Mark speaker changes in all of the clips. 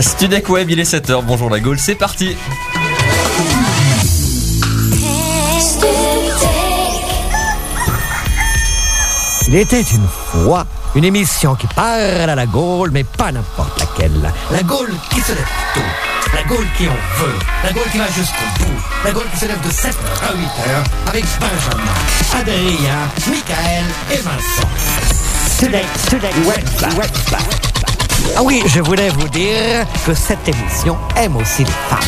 Speaker 1: Studec Web, il est 7h. Bonjour la Gaule, c'est parti.
Speaker 2: Il était une fois une émission qui parle à la Gaule, mais pas n'importe laquelle. La Gaule qui se lève tôt, la Gaule qui en veut, la Gaule qui va jusqu'au bout, la Gaule qui se lève de 7h à 8h avec Benjamin, Adrien, Michael et Vincent. Studek, Studek, Web. bah, Ah oui, je voulais vous dire que cette émission aime aussi les femmes.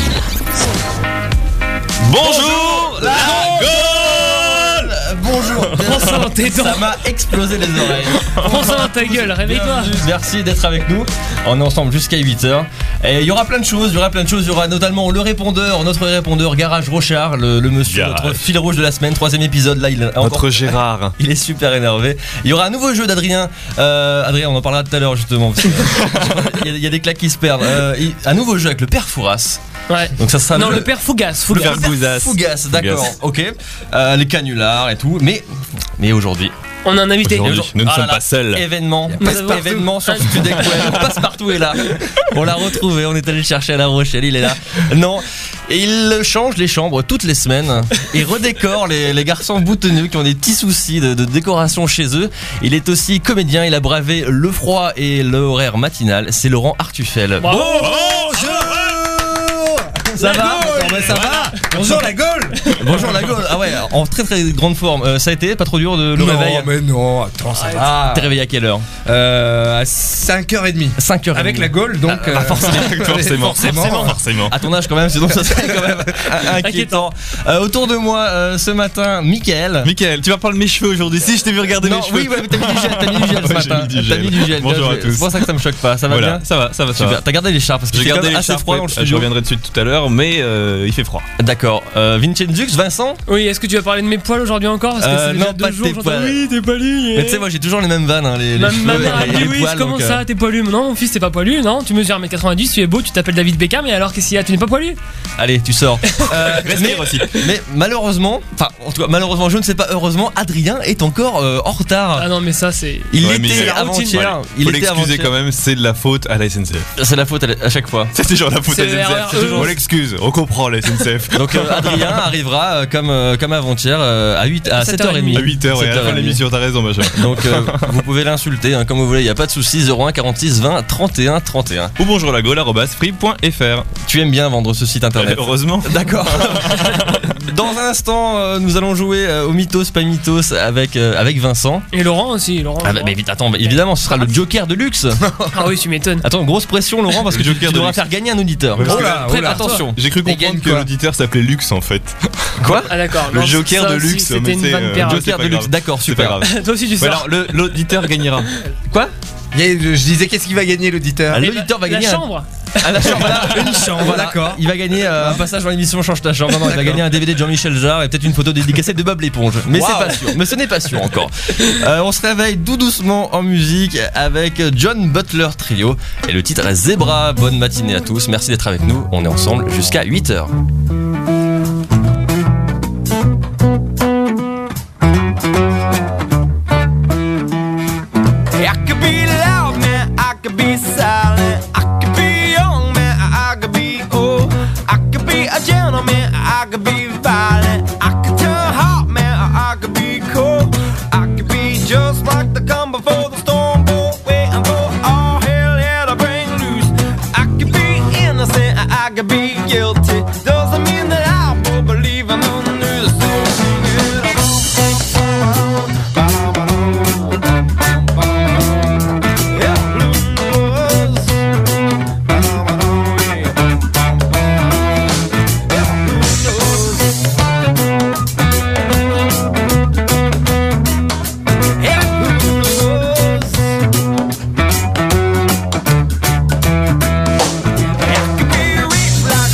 Speaker 1: Bonjour la Gaule Bonjour
Speaker 3: Prends-en tes dents.
Speaker 1: Ça m'a explosé les oreilles.
Speaker 3: Prends ça dans ta gueule, réveille-toi
Speaker 1: Bienvenue, Merci d'être avec nous. On est ensemble jusqu'à 8h. Et il y aura plein de choses, il y aura plein de choses. Il y aura notamment le répondeur, notre répondeur Garage Rochard, le, le monsieur,
Speaker 4: Garage.
Speaker 1: notre fil rouge de la semaine, troisième épisode. Là, il est encore-
Speaker 4: Notre Gérard.
Speaker 1: Il est super énervé. Il y aura un nouveau jeu d'Adrien. Euh, Adrien, on en parlera tout à l'heure justement. parce que- il, y a, il y a des claques qui se perdent. Euh, il- un nouveau jeu avec le père Fouras.
Speaker 3: Ouais.
Speaker 1: Donc ça sera
Speaker 3: Non,
Speaker 1: le-
Speaker 3: le père Fougas,
Speaker 1: le
Speaker 3: Fougas.
Speaker 1: père Fougas. d'accord. Ok. Euh, les canulars et tout. Mais, mais aujourd'hui,
Speaker 3: On a un invité.
Speaker 4: Aujourd'hui,
Speaker 3: Bonjour.
Speaker 4: nous ne
Speaker 1: Ah
Speaker 4: sommes
Speaker 1: là là.
Speaker 4: pas seuls.
Speaker 1: événement,
Speaker 3: a Passepartout.
Speaker 1: événement sur Studec passe partout est là. On l'a retrouvé, on est allé le chercher à La Rochelle, il est là. Non, et il change les chambres toutes les semaines. Il redécore les, les garçons boutonneux qui ont des petits soucis de, de décoration chez eux. Il est aussi comédien, il a bravé le froid et l'horaire matinal. C'est Laurent Artufel.
Speaker 3: Bravo.
Speaker 1: Ça va Attends, mais ça va Bonjour la Gaule Bonjour la Gaule Ah ouais, en très très grande forme. Euh, ça a été pas trop dur de le
Speaker 5: non,
Speaker 1: réveil Ah,
Speaker 5: mais non, attends, ça va.
Speaker 1: T'es réveillé à quelle heure
Speaker 5: Euh, à 5h30.
Speaker 1: 5h.
Speaker 5: Avec la Gaule,
Speaker 1: Ah,
Speaker 5: donc.
Speaker 1: bah,
Speaker 5: euh,
Speaker 4: Forcément, forcément, forcément.
Speaker 1: à ton âge quand même, sinon ça serait quand même inquiétant. Euh, autour de moi euh, ce matin, Mickaël.
Speaker 4: Michael, tu vas parler de mes cheveux aujourd'hui. Si, je t'ai vu regarder
Speaker 1: Non,
Speaker 4: mes cheveux.
Speaker 1: oui, ouais, t'as mis du gel, t'as mis du gel ce
Speaker 4: Ouais, j'ai
Speaker 1: matin.
Speaker 4: mis du
Speaker 1: T'as
Speaker 4: gel.
Speaker 1: mis du gel.
Speaker 4: Bonjour
Speaker 1: bien
Speaker 4: à
Speaker 1: joué. C'est
Speaker 4: tous.
Speaker 1: pour ça que ça me choque pas. Ça va
Speaker 4: Voilà,
Speaker 1: bien
Speaker 4: ça va, ça va, ça
Speaker 1: Super.
Speaker 4: va.
Speaker 1: T'as gardé l'écharpe parce que
Speaker 4: J'ai
Speaker 1: c'est quand
Speaker 4: gardé
Speaker 1: même
Speaker 4: les
Speaker 1: assez
Speaker 4: charpes,
Speaker 1: froid dans le
Speaker 4: ouais. Je
Speaker 1: studio.
Speaker 4: reviendrai dessus tout à l'heure, mais euh, il fait froid.
Speaker 1: D'accord. Euh, Vincenzux, Vincent.
Speaker 3: Oui, est-ce que tu vas parler de mes poils aujourd'hui encore Parce que
Speaker 1: Euh,
Speaker 3: c'est déjà
Speaker 1: non, pas
Speaker 3: deux
Speaker 1: de
Speaker 3: jours.
Speaker 1: tes
Speaker 3: j'entends,
Speaker 1: poils.
Speaker 3: Oui, t'es poilu.
Speaker 1: Mais tu sais, moi j'ai toujours les mêmes vannes, hein, les, les
Speaker 3: Ma,
Speaker 1: cheveux
Speaker 3: ma
Speaker 1: et
Speaker 3: mère a
Speaker 1: les-
Speaker 3: dit
Speaker 1: les
Speaker 3: oui,
Speaker 1: poils.
Speaker 3: comment
Speaker 1: donc, euh,
Speaker 3: ça, t'es poilu Mais Non, mon fils, t'es pas poilu, non Tu mesures 1m90, tu es beau, tu t'appelles David Beckham, et alors qu'est-ce qu'il y a Tu n'es pas poilu
Speaker 1: Allez, tu sors. Euh, mais,
Speaker 4: Respire aussi.
Speaker 1: mais malheureusement, enfin en tout cas malheureusement, je ne sais pas. Heureusement, Adrien est encore euh, en retard.
Speaker 3: Ah non, mais ça, c'est.
Speaker 1: il
Speaker 4: Ouais, mais
Speaker 1: était
Speaker 4: il a-
Speaker 1: avant-hier.
Speaker 4: Il
Speaker 1: Il
Speaker 4: faut
Speaker 1: était
Speaker 4: l'excuser
Speaker 1: avant-hier.
Speaker 4: quand même, c'est de la faute à la SNCF.
Speaker 1: C'est la faute à la- à chaque fois.
Speaker 4: C'est toujours la faute à
Speaker 3: C'est
Speaker 4: la
Speaker 3: RRE.
Speaker 4: SNCF. On l'excuse, on comprend la SNCF.
Speaker 1: Donc euh, Adrien arrivera euh, comme, euh, comme avant-hier euh, à, 8, à 7h30.
Speaker 4: À 8h et à la fin de l'émission, t'as raison, machin.
Speaker 1: Donc euh, vous pouvez l'insulter hein, comme vous voulez, il n'y a pas de souci. 01 46 20 31 31.
Speaker 4: Ou bonjour la gaule, arobase free.fr.
Speaker 1: Tu aimes bien vendre ce site internet.
Speaker 4: Heureusement.
Speaker 1: D'accord. Dans un instant, euh, nous allons jouer euh, au Mythos, pas Mythos avec, euh, avec Vincent.
Speaker 3: Et Laurent aussi, Laurent.
Speaker 1: Ah, bah,
Speaker 3: Laurent.
Speaker 1: mais vite, attends, bah, évidemment, ce sera le Joker de luxe.
Speaker 3: Ah oui, tu m'étonnes.
Speaker 1: Attends, grosse pression, Laurent, parce que
Speaker 4: Le
Speaker 1: tu,
Speaker 4: Joker
Speaker 1: tu
Speaker 4: de
Speaker 1: devras
Speaker 4: luxe.
Speaker 1: faire gagner un auditeur.
Speaker 4: Ouais, parce
Speaker 5: Oh là, oh là.
Speaker 1: Attention.
Speaker 4: J'ai cru
Speaker 1: Des
Speaker 4: comprendre
Speaker 1: gaines,
Speaker 4: que
Speaker 1: quoi.
Speaker 4: l'auditeur s'appelait Lux en fait.
Speaker 1: Quoi
Speaker 3: Ah d'accord.
Speaker 4: Le
Speaker 3: Non,
Speaker 4: Joker
Speaker 3: ça
Speaker 4: de
Speaker 3: aussi,
Speaker 4: luxe,
Speaker 3: C'était
Speaker 4: mais
Speaker 3: une
Speaker 4: c'est,
Speaker 3: vanne
Speaker 4: euh,
Speaker 3: perle.
Speaker 4: Joker.
Speaker 1: Joker
Speaker 4: pas
Speaker 1: de
Speaker 4: grave.
Speaker 1: luxe, d'accord,
Speaker 4: C'est pas
Speaker 1: super.
Speaker 4: grave.
Speaker 3: Toi aussi, tu
Speaker 5: Bah
Speaker 4: Ou
Speaker 3: sors.
Speaker 4: Alors le- l'auditeur gagnera.
Speaker 5: Et je, je disais, qu'est-ce qu'il va gagner l'auditeur
Speaker 1: Ah,
Speaker 3: Eh
Speaker 1: L'auditeur
Speaker 3: bah,
Speaker 1: va gagner
Speaker 3: La
Speaker 1: un-
Speaker 3: chambre
Speaker 1: à Ah, la chambre là, une chambre.
Speaker 5: Voilà. D'accord.
Speaker 1: Il va gagner euh, un passage dans l'émission Change ta chambre. Non, non, il va gagner un DVD de Jean-Michel Jarre et peut-être une photo dédicacée de Bob l'éponge. Mais c'est
Speaker 5: Wow.
Speaker 1: pas sûr. Mais ce n'est pas sûr encore. Euh, on se réveille tout doucement en musique avec John Butler Trio et le titre est Zebra. Bonne matinée à tous. Merci d'être avec nous. On est ensemble jusqu'à 8h.
Speaker 6: I could be loud, man, I could be silent. I could be young, man, I could be old. I could be a gentleman, I could be violent. I could turn hot, man, I could be cold. I could be just like the calm before the storm, boy, waiting for all oh, hell yeah to bring loose. I could be innocent, I could be guilty. Doesn't mean that I will believe I'm on the news. So sing it along. I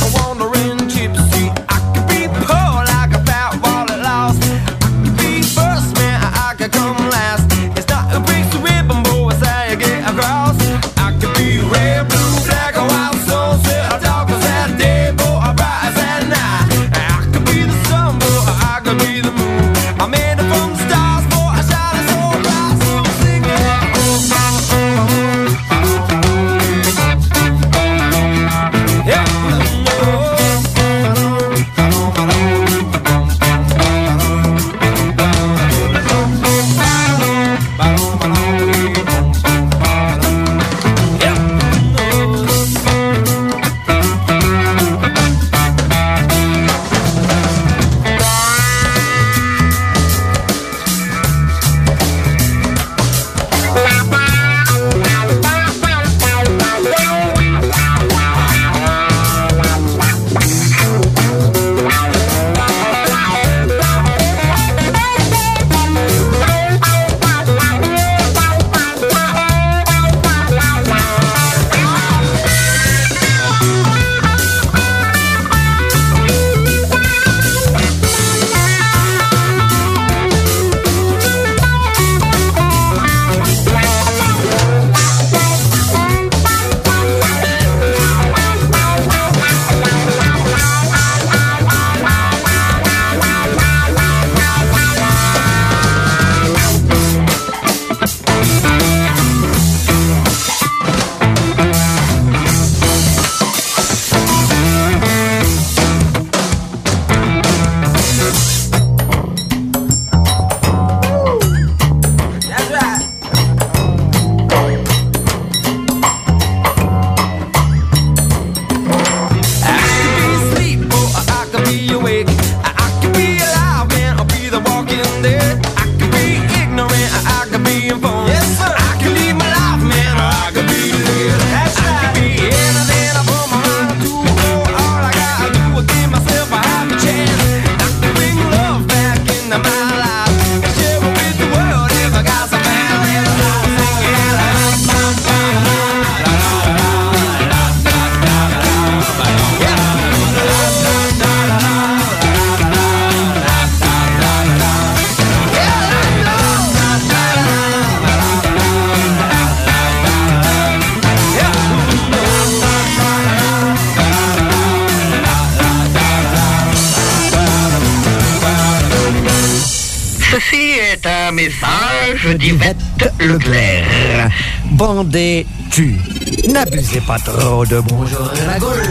Speaker 6: could be rich like
Speaker 2: message d'Yvette Leclerc. Bandez tu. N'abusez pas trop de bonjour la Gaule.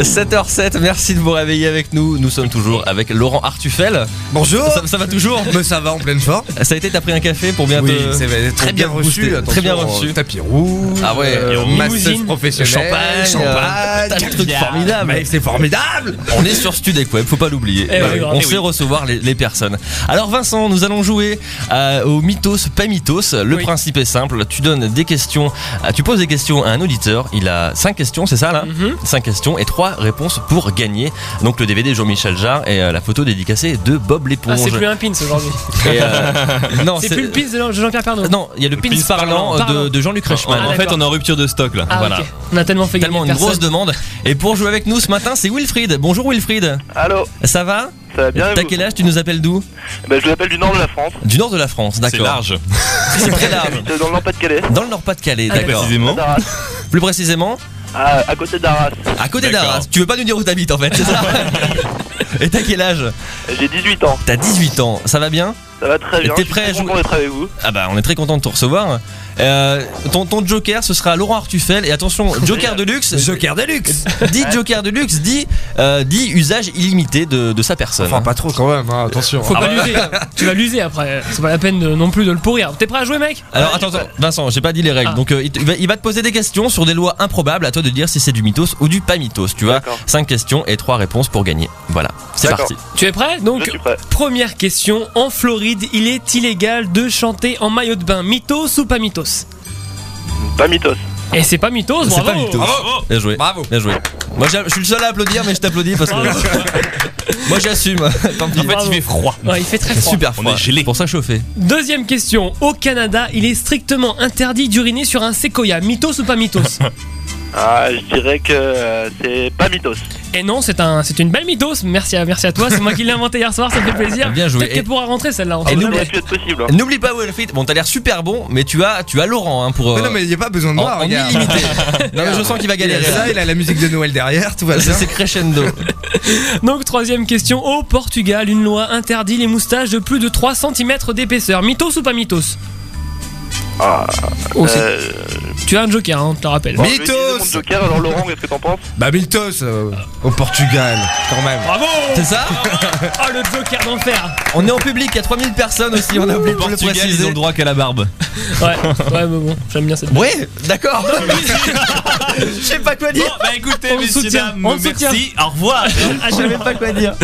Speaker 1: 7h07, merci de vous réveiller avec nous. Nous sommes toujours avec Laurent Artufel.
Speaker 5: Bonjour.
Speaker 1: Ça, ça va toujours
Speaker 5: Mais ça va en pleine forme.
Speaker 1: Ça a été, t'as pris un café pour bien te-
Speaker 5: c'est
Speaker 1: pour bien te booster. Euh, Très bien
Speaker 5: attention,
Speaker 1: reçu.
Speaker 5: euh, Tapis rouge.
Speaker 1: Ah ouais,
Speaker 5: euh,
Speaker 1: et on
Speaker 5: masseuse
Speaker 3: limousine,
Speaker 5: professionnelle.
Speaker 1: champagne, euh,
Speaker 5: champagne.
Speaker 1: tas de trucs
Speaker 5: caviar.
Speaker 1: formidables.
Speaker 5: Mec, c'est formidable.
Speaker 1: On est sur Studec Web, faut pas l'oublier.
Speaker 3: Eh
Speaker 1: Bah
Speaker 3: oui,
Speaker 1: oui,
Speaker 3: grave.
Speaker 1: on
Speaker 3: Eh
Speaker 1: sait recevoir les, les personnes. Alors Vincent, nous allons jouer euh, au mythos, pas mythos. Le
Speaker 3: Oui.
Speaker 1: principe est simple, tu donnes des questions, euh, tu poses des questions à un auditeur, il a 5 questions, c'est ça là
Speaker 3: Mhm.
Speaker 1: 5 questions et 3 réponses pour gagner. Donc le DVD de Jean-Michel Jarre et euh, la photo dédicacée de Bob
Speaker 3: Ah, c'est
Speaker 1: l'éponge.
Speaker 3: plus un pins aujourd'hui.
Speaker 1: Et, euh, non,
Speaker 3: C'est plus le pins de Jean- Jean-Pierre Pernaut.
Speaker 1: Non, il y a le, pins,
Speaker 4: pins
Speaker 1: parlant, euh,
Speaker 3: parlant. Ah,
Speaker 1: de, de Jean-Luc
Speaker 4: En-
Speaker 1: Reichmann.
Speaker 4: en fait,
Speaker 3: d'accord.
Speaker 4: on est en rupture de stock là.
Speaker 3: Ah,
Speaker 4: voilà.
Speaker 3: ok. On a tellement fait gagner
Speaker 1: Tellement une grosse demande. Et pour jouer avec nous ce matin, c'est Wilfried. Bonjour Wilfried.
Speaker 7: Allô,
Speaker 1: Ça va
Speaker 7: ça va bien et
Speaker 1: T'as
Speaker 7: vous
Speaker 1: quel âge Tu nous appelles d'où
Speaker 7: Bah, Je vous appelle du nord de la France,
Speaker 1: Du nord de la France,
Speaker 4: C'est
Speaker 1: d'accord.
Speaker 4: large, Ah,
Speaker 1: C'est très large.
Speaker 7: j'habite dans le Nord-Pas-de-Calais,
Speaker 1: Dans le Nord-Pas-de-Calais, d'accord.
Speaker 4: précisément.
Speaker 7: d'Arras,
Speaker 1: Plus précisément,
Speaker 7: à, Ah, à côté d'Arras.
Speaker 1: à côté
Speaker 4: D'accord.
Speaker 1: d'Arras. Tu veux pas nous dire où t'habites en fait, c'est ça Et t'as quel âge
Speaker 7: J'ai 18 ans,
Speaker 1: T'as 18 ans, ça va bien
Speaker 7: ça va très bien.
Speaker 1: t'es
Speaker 7: je
Speaker 1: prêt à
Speaker 7: suis très
Speaker 1: jouer
Speaker 7: content d'être avec vous.
Speaker 1: Ah bah on est très content de te recevoir. Euh, ton, ton joker ce sera Laurent Artufel et attention, joker de luxe,
Speaker 5: Joker Deluxe.
Speaker 1: dit joker de luxe, dit, euh, dit usage illimité de, de sa personne.
Speaker 5: Enfin, pas trop quand même, hein, attention.
Speaker 3: Faut
Speaker 4: Ah,
Speaker 3: pas
Speaker 4: bah.
Speaker 3: l'user. tu vas l'user après. C'est pas la peine de- non plus de le pourrir. T'es prêt à jouer, mec
Speaker 1: Alors attends, attends, Vincent, j'ai pas dit les règles.
Speaker 3: Ah.
Speaker 1: Donc euh, il, te- il va, il va te poser des questions sur des lois improbables. À toi de dire si c'est du mythos ou du pas mythos. Tu vois,
Speaker 7: D'accord.
Speaker 1: 5 questions et 3 réponses pour gagner. Voilà, c'est
Speaker 7: D'accord.
Speaker 1: parti.
Speaker 3: Tu es prêt
Speaker 7: Je
Speaker 3: Donc,
Speaker 7: suis prêt.
Speaker 3: première question. En Floride, il est illégal de chanter en maillot de bain. Mythos ou pas mythos
Speaker 7: Pas mythos.
Speaker 3: Et c'est pas mythos,
Speaker 1: C'est
Speaker 3: bravo
Speaker 1: pas mythos.
Speaker 4: Bravo
Speaker 1: Bien joué.
Speaker 5: Bravo.
Speaker 1: Bien joué. Moi j'ai- je suis le seul à applaudir, mais je t'applaudis parce que. Moi j'assume. Tant pis.
Speaker 4: En fait, il fait froid.
Speaker 3: Ouais, il fait très
Speaker 1: C'est
Speaker 3: froid.
Speaker 1: super
Speaker 4: On
Speaker 1: froid.
Speaker 4: est gelé.
Speaker 1: Pour ça chauffer.
Speaker 3: Deuxième question. Au Canada, il est strictement interdit d'uriner sur un séquoia. Mythos ou pas mythos
Speaker 7: Ah, je dirais que euh, c'est pas mythos.
Speaker 3: Et Eh non, c'est un, c'est une belle mythos. Merci à, merci à toi. C'est moi qui l'ai inventé hier soir. Ça me fait plaisir.
Speaker 1: Bien joué.
Speaker 3: Peut-être qu'elle
Speaker 1: Et-
Speaker 3: pourra rentrer celle-là. on
Speaker 1: Et
Speaker 3: sait
Speaker 7: Ça
Speaker 1: nous,
Speaker 3: jamais.
Speaker 7: aurait pu être possible. hein.
Speaker 1: N'oublie pas Wilfried. Bon, t'as l'air super bon, mais tu as, tu as Laurent hein, pour.
Speaker 5: Mais
Speaker 1: euh,
Speaker 5: non, mais il n'y a pas besoin de
Speaker 1: en-
Speaker 5: moi,
Speaker 1: en
Speaker 5: regarde.
Speaker 1: illimité. non, mais je sens qu'il va
Speaker 5: Il a
Speaker 1: galérer.
Speaker 5: ça,
Speaker 1: là.
Speaker 5: il a la musique de Noël derrière, tout va
Speaker 1: C'est
Speaker 5: bien.
Speaker 1: c'est crescendo.
Speaker 3: Donc troisième question. Au Portugal, une loi interdit les moustaches de plus de 3 cm d'épaisseur. Mythos ou pas mythos
Speaker 7: Ah,
Speaker 3: Oh, c'est-
Speaker 7: euh,
Speaker 3: Tu as un joker, hein, je te le rappelle.
Speaker 7: bon, je vais
Speaker 5: Mythos.
Speaker 7: utiliser mon joker, alors Laurent, qu'est-ce que t'en penses
Speaker 5: Bah Miltos euh, au Portugal, quand même.
Speaker 3: Bravo
Speaker 1: C'est ça
Speaker 3: Oh le joker d'enfer
Speaker 1: On est en public, il y a 3000 personnes aussi, on a oublié
Speaker 4: Le
Speaker 1: de le
Speaker 4: Portugal, ils
Speaker 1: préciser.
Speaker 4: ont le droit qu'à la barbe.
Speaker 3: Ouais, ouais mais bon, j'aime bien cette
Speaker 1: Ouais, d'accord. Je sais pas quoi dire.
Speaker 4: bah écoutez,
Speaker 3: On messieurs, soutient, dames, on merci,
Speaker 4: au revoir.
Speaker 3: Ah, je savais pas quoi dire.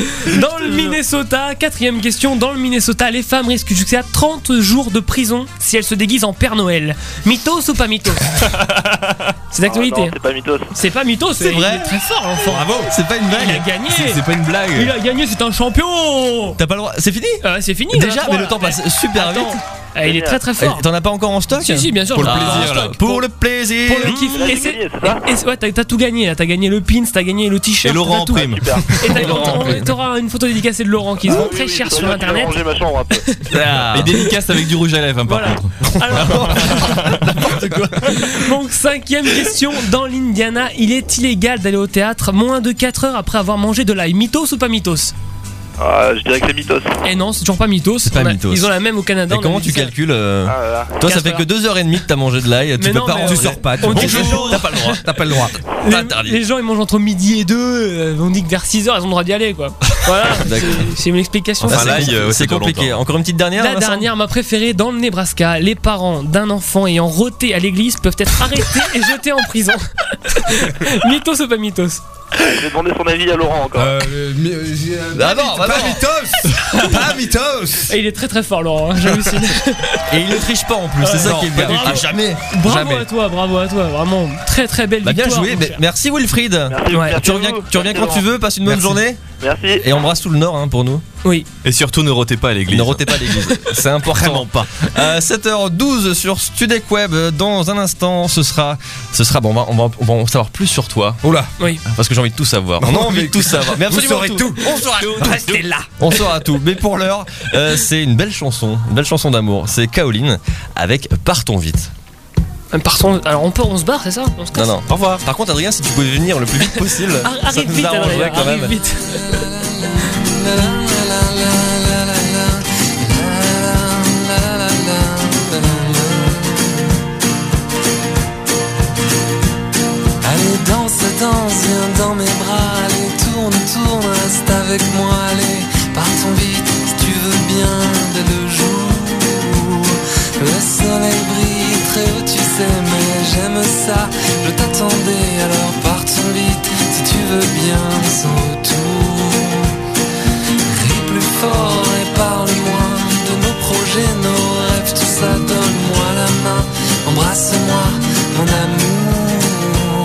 Speaker 3: Dans le Minnesota, quatrième question, dans le Minnesota, les femmes risquent jusqu'à 30 jours de prison si elles se déguisent en Père Noël. Mythos ou pas mythos C'est
Speaker 7: Ah, non,
Speaker 3: d'actualité.
Speaker 7: C'est pas mythos.
Speaker 3: c'est pas mythos,
Speaker 1: C'est vrai.
Speaker 3: Il est très fort l'enfant.
Speaker 1: Bravo, c'est pas une
Speaker 3: Il a
Speaker 1: blague.
Speaker 3: gagné.
Speaker 4: C'est pas une blague.
Speaker 3: Il a gagné, c'est un champion.
Speaker 1: T'as pas le droit. C'est fini
Speaker 3: Euh, c'est fini.
Speaker 1: Déjà,
Speaker 3: 23,
Speaker 1: mais le temps
Speaker 3: là.
Speaker 1: passe super
Speaker 3: Attends,
Speaker 1: vite.
Speaker 3: euh, il est très très
Speaker 1: Et
Speaker 3: fort.
Speaker 1: Eh, T'en as pas encore en stock
Speaker 3: Si, si, bien sûr.
Speaker 1: Pour le
Speaker 3: j'en ai
Speaker 4: plaisir,
Speaker 3: un en
Speaker 4: là.
Speaker 3: stock.
Speaker 1: Pour le plaisir.
Speaker 3: Pour le kiff.
Speaker 7: Là,
Speaker 3: Et
Speaker 7: j'ai
Speaker 3: c'est-
Speaker 7: gagné, c'est ça
Speaker 3: et c'est- ouais, t'as t'as tout gagné là. T'as gagné le pins, t'as gagné le t-shirt.
Speaker 4: Et Laurent en
Speaker 3: t'as tout.
Speaker 4: prime.
Speaker 7: Super.
Speaker 3: Et t'as-
Speaker 1: Laurent en
Speaker 3: on-
Speaker 1: prime.
Speaker 3: t'auras une photo dédicacée de Laurent qui se vend très cher sur internet.
Speaker 7: J'ai ma chambre un peu.
Speaker 1: Ah.
Speaker 4: Et dédicace avec du rouge à lèvres, hein, par
Speaker 3: Voilà.
Speaker 4: contre.
Speaker 3: Alors, Donc, cinquième question. Dans l'Indiana, il est illégal d'aller au théâtre moins de 4 heures après avoir mangé de l'ail. Mythos ou pas mythos
Speaker 7: Ah, je dirais que c'est mythos.
Speaker 3: Eh non, c'est toujours pas mythos.
Speaker 1: pas
Speaker 3: On a-
Speaker 1: mythos.
Speaker 3: Bah, Ils ont la même au Canada.
Speaker 1: Et
Speaker 3: on
Speaker 1: comment
Speaker 3: a dit
Speaker 1: tu
Speaker 3: ça.
Speaker 1: calcules euh,
Speaker 7: Ah, là, là.
Speaker 1: Toi, ça
Speaker 3: Quatre
Speaker 1: fait que 2h30 que t'as mangé de l'ail. Tu
Speaker 3: Mais
Speaker 1: peux
Speaker 3: non,
Speaker 1: pas
Speaker 3: mais
Speaker 1: en-
Speaker 3: on-
Speaker 1: Tu sors pas. tu
Speaker 3: on dit
Speaker 1: manges-
Speaker 3: toujours-
Speaker 1: T'as pas le droit.
Speaker 5: T'as pas le droit.
Speaker 1: Pas
Speaker 3: les,
Speaker 1: interdit.
Speaker 3: les gens ils mangent entre midi et 2. on dit que vers 6 heures ils ont le droit d'y aller quoi. Voilà,
Speaker 1: D'accord.
Speaker 3: c'est- c'est une explication.
Speaker 4: Enfin,
Speaker 1: Ah, c'est
Speaker 4: l'ail,
Speaker 1: compli-
Speaker 4: euh, ça
Speaker 1: c'est
Speaker 4: dure
Speaker 1: compliqué.
Speaker 4: longtemps.
Speaker 1: Encore une petite dernière
Speaker 3: La
Speaker 1: Vincent
Speaker 3: dernière, ma préférée, dans le Nebraska, les parents d'un enfant ayant roté à l'église peuvent être arrêtés et jetés en prison. mythos ou pas mythos
Speaker 7: Je vais demander son avis à Laurent encore.
Speaker 5: Euh, mi- euh, j'ai-
Speaker 1: Ah non, bah
Speaker 5: pas
Speaker 1: non.
Speaker 5: Mythos Pas Mythos
Speaker 3: Et il est très très fort, Laurent, hein, j'hallucine.
Speaker 1: Et il ne triche pas en plus, c'est ça
Speaker 5: non,
Speaker 1: qui est
Speaker 5: pas
Speaker 1: bien.
Speaker 3: du tout.
Speaker 1: Ah, jamais.
Speaker 3: Bravo
Speaker 1: Jamais.
Speaker 3: à toi, bravo à toi, vraiment très très belle
Speaker 1: Bah, bien
Speaker 3: victoire.
Speaker 1: joué.
Speaker 3: mon
Speaker 1: mais-
Speaker 3: cher.
Speaker 1: Merci Wilfried.
Speaker 7: Merci,
Speaker 3: Ouais,
Speaker 7: merci
Speaker 1: Tu
Speaker 7: à
Speaker 1: reviens,
Speaker 7: vous.
Speaker 1: tu reviens
Speaker 7: Merci,
Speaker 1: quand tu
Speaker 7: Laurent.
Speaker 1: veux, passe une bonne
Speaker 5: Merci.
Speaker 1: journée
Speaker 7: Merci.
Speaker 1: et embrasse tout le Nord hein, pour nous.
Speaker 3: Oui,
Speaker 4: Et surtout, ne rotez pas à l'église.
Speaker 1: Ne rotez pas l'église, c'est important.
Speaker 4: Vraiment pas.
Speaker 1: Euh, 7h12 sur Studec Web. Dans un instant, ce sera, ce sera bon. On va, on va, on va en savoir plus sur toi
Speaker 5: Oula
Speaker 3: oui.
Speaker 1: parce que j'ai envie de tout savoir. On a
Speaker 5: Non,
Speaker 1: envie
Speaker 5: mais-
Speaker 1: de tout savoir. Mais
Speaker 5: Vous
Speaker 1: absolument
Speaker 5: saurez
Speaker 1: tout.
Speaker 5: tout.
Speaker 1: On saura tout.
Speaker 5: Restez là
Speaker 1: On saura tout. Mais pour l'heure, euh, c'est une belle chanson, une belle chanson d'amour. C'est Kaoline avec Partons vite.
Speaker 3: Partons, alors on peut, on se barre, c'est ça On se casse
Speaker 1: Non non. Au revoir. Par contre, Adrien, si tu pouvais venir le plus vite possible,
Speaker 3: Ar-
Speaker 1: ça
Speaker 3: Arrive
Speaker 1: nous
Speaker 3: vite,
Speaker 1: arrangerait
Speaker 3: Adrien,
Speaker 1: quand
Speaker 3: arrive
Speaker 1: même.
Speaker 3: vite.
Speaker 8: avec moi, allez, partons vite si tu veux bien dès le jour. Le soleil brille très haut, tu sais, mais j'aime ça. Je t'attendais, alors partons vite si tu veux bien sans retour. Ris plus fort et parle-moi de nos projets, nos rêves, tout ça. Donne-moi la main, embrasse-moi, mon amour.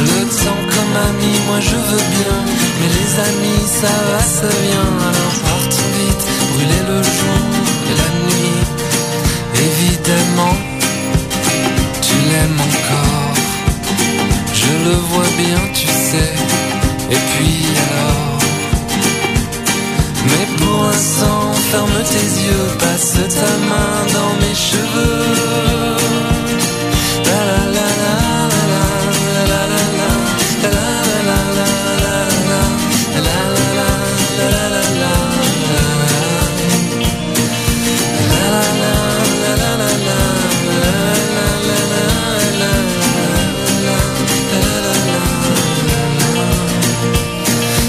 Speaker 8: Le temps comme ami, moi je veux bien, mais les amis, ça va, ça vient. Alors partons vite, brûler le jour et la nuit. Évidemment, tu l'aimes encore. Je le vois bien, tu sais. Et puis alors. Mais pour l'instant, ferme tes yeux, passe ta main dans mes cheveux. La la la la la la la la la la la la la la la la la la la la la la.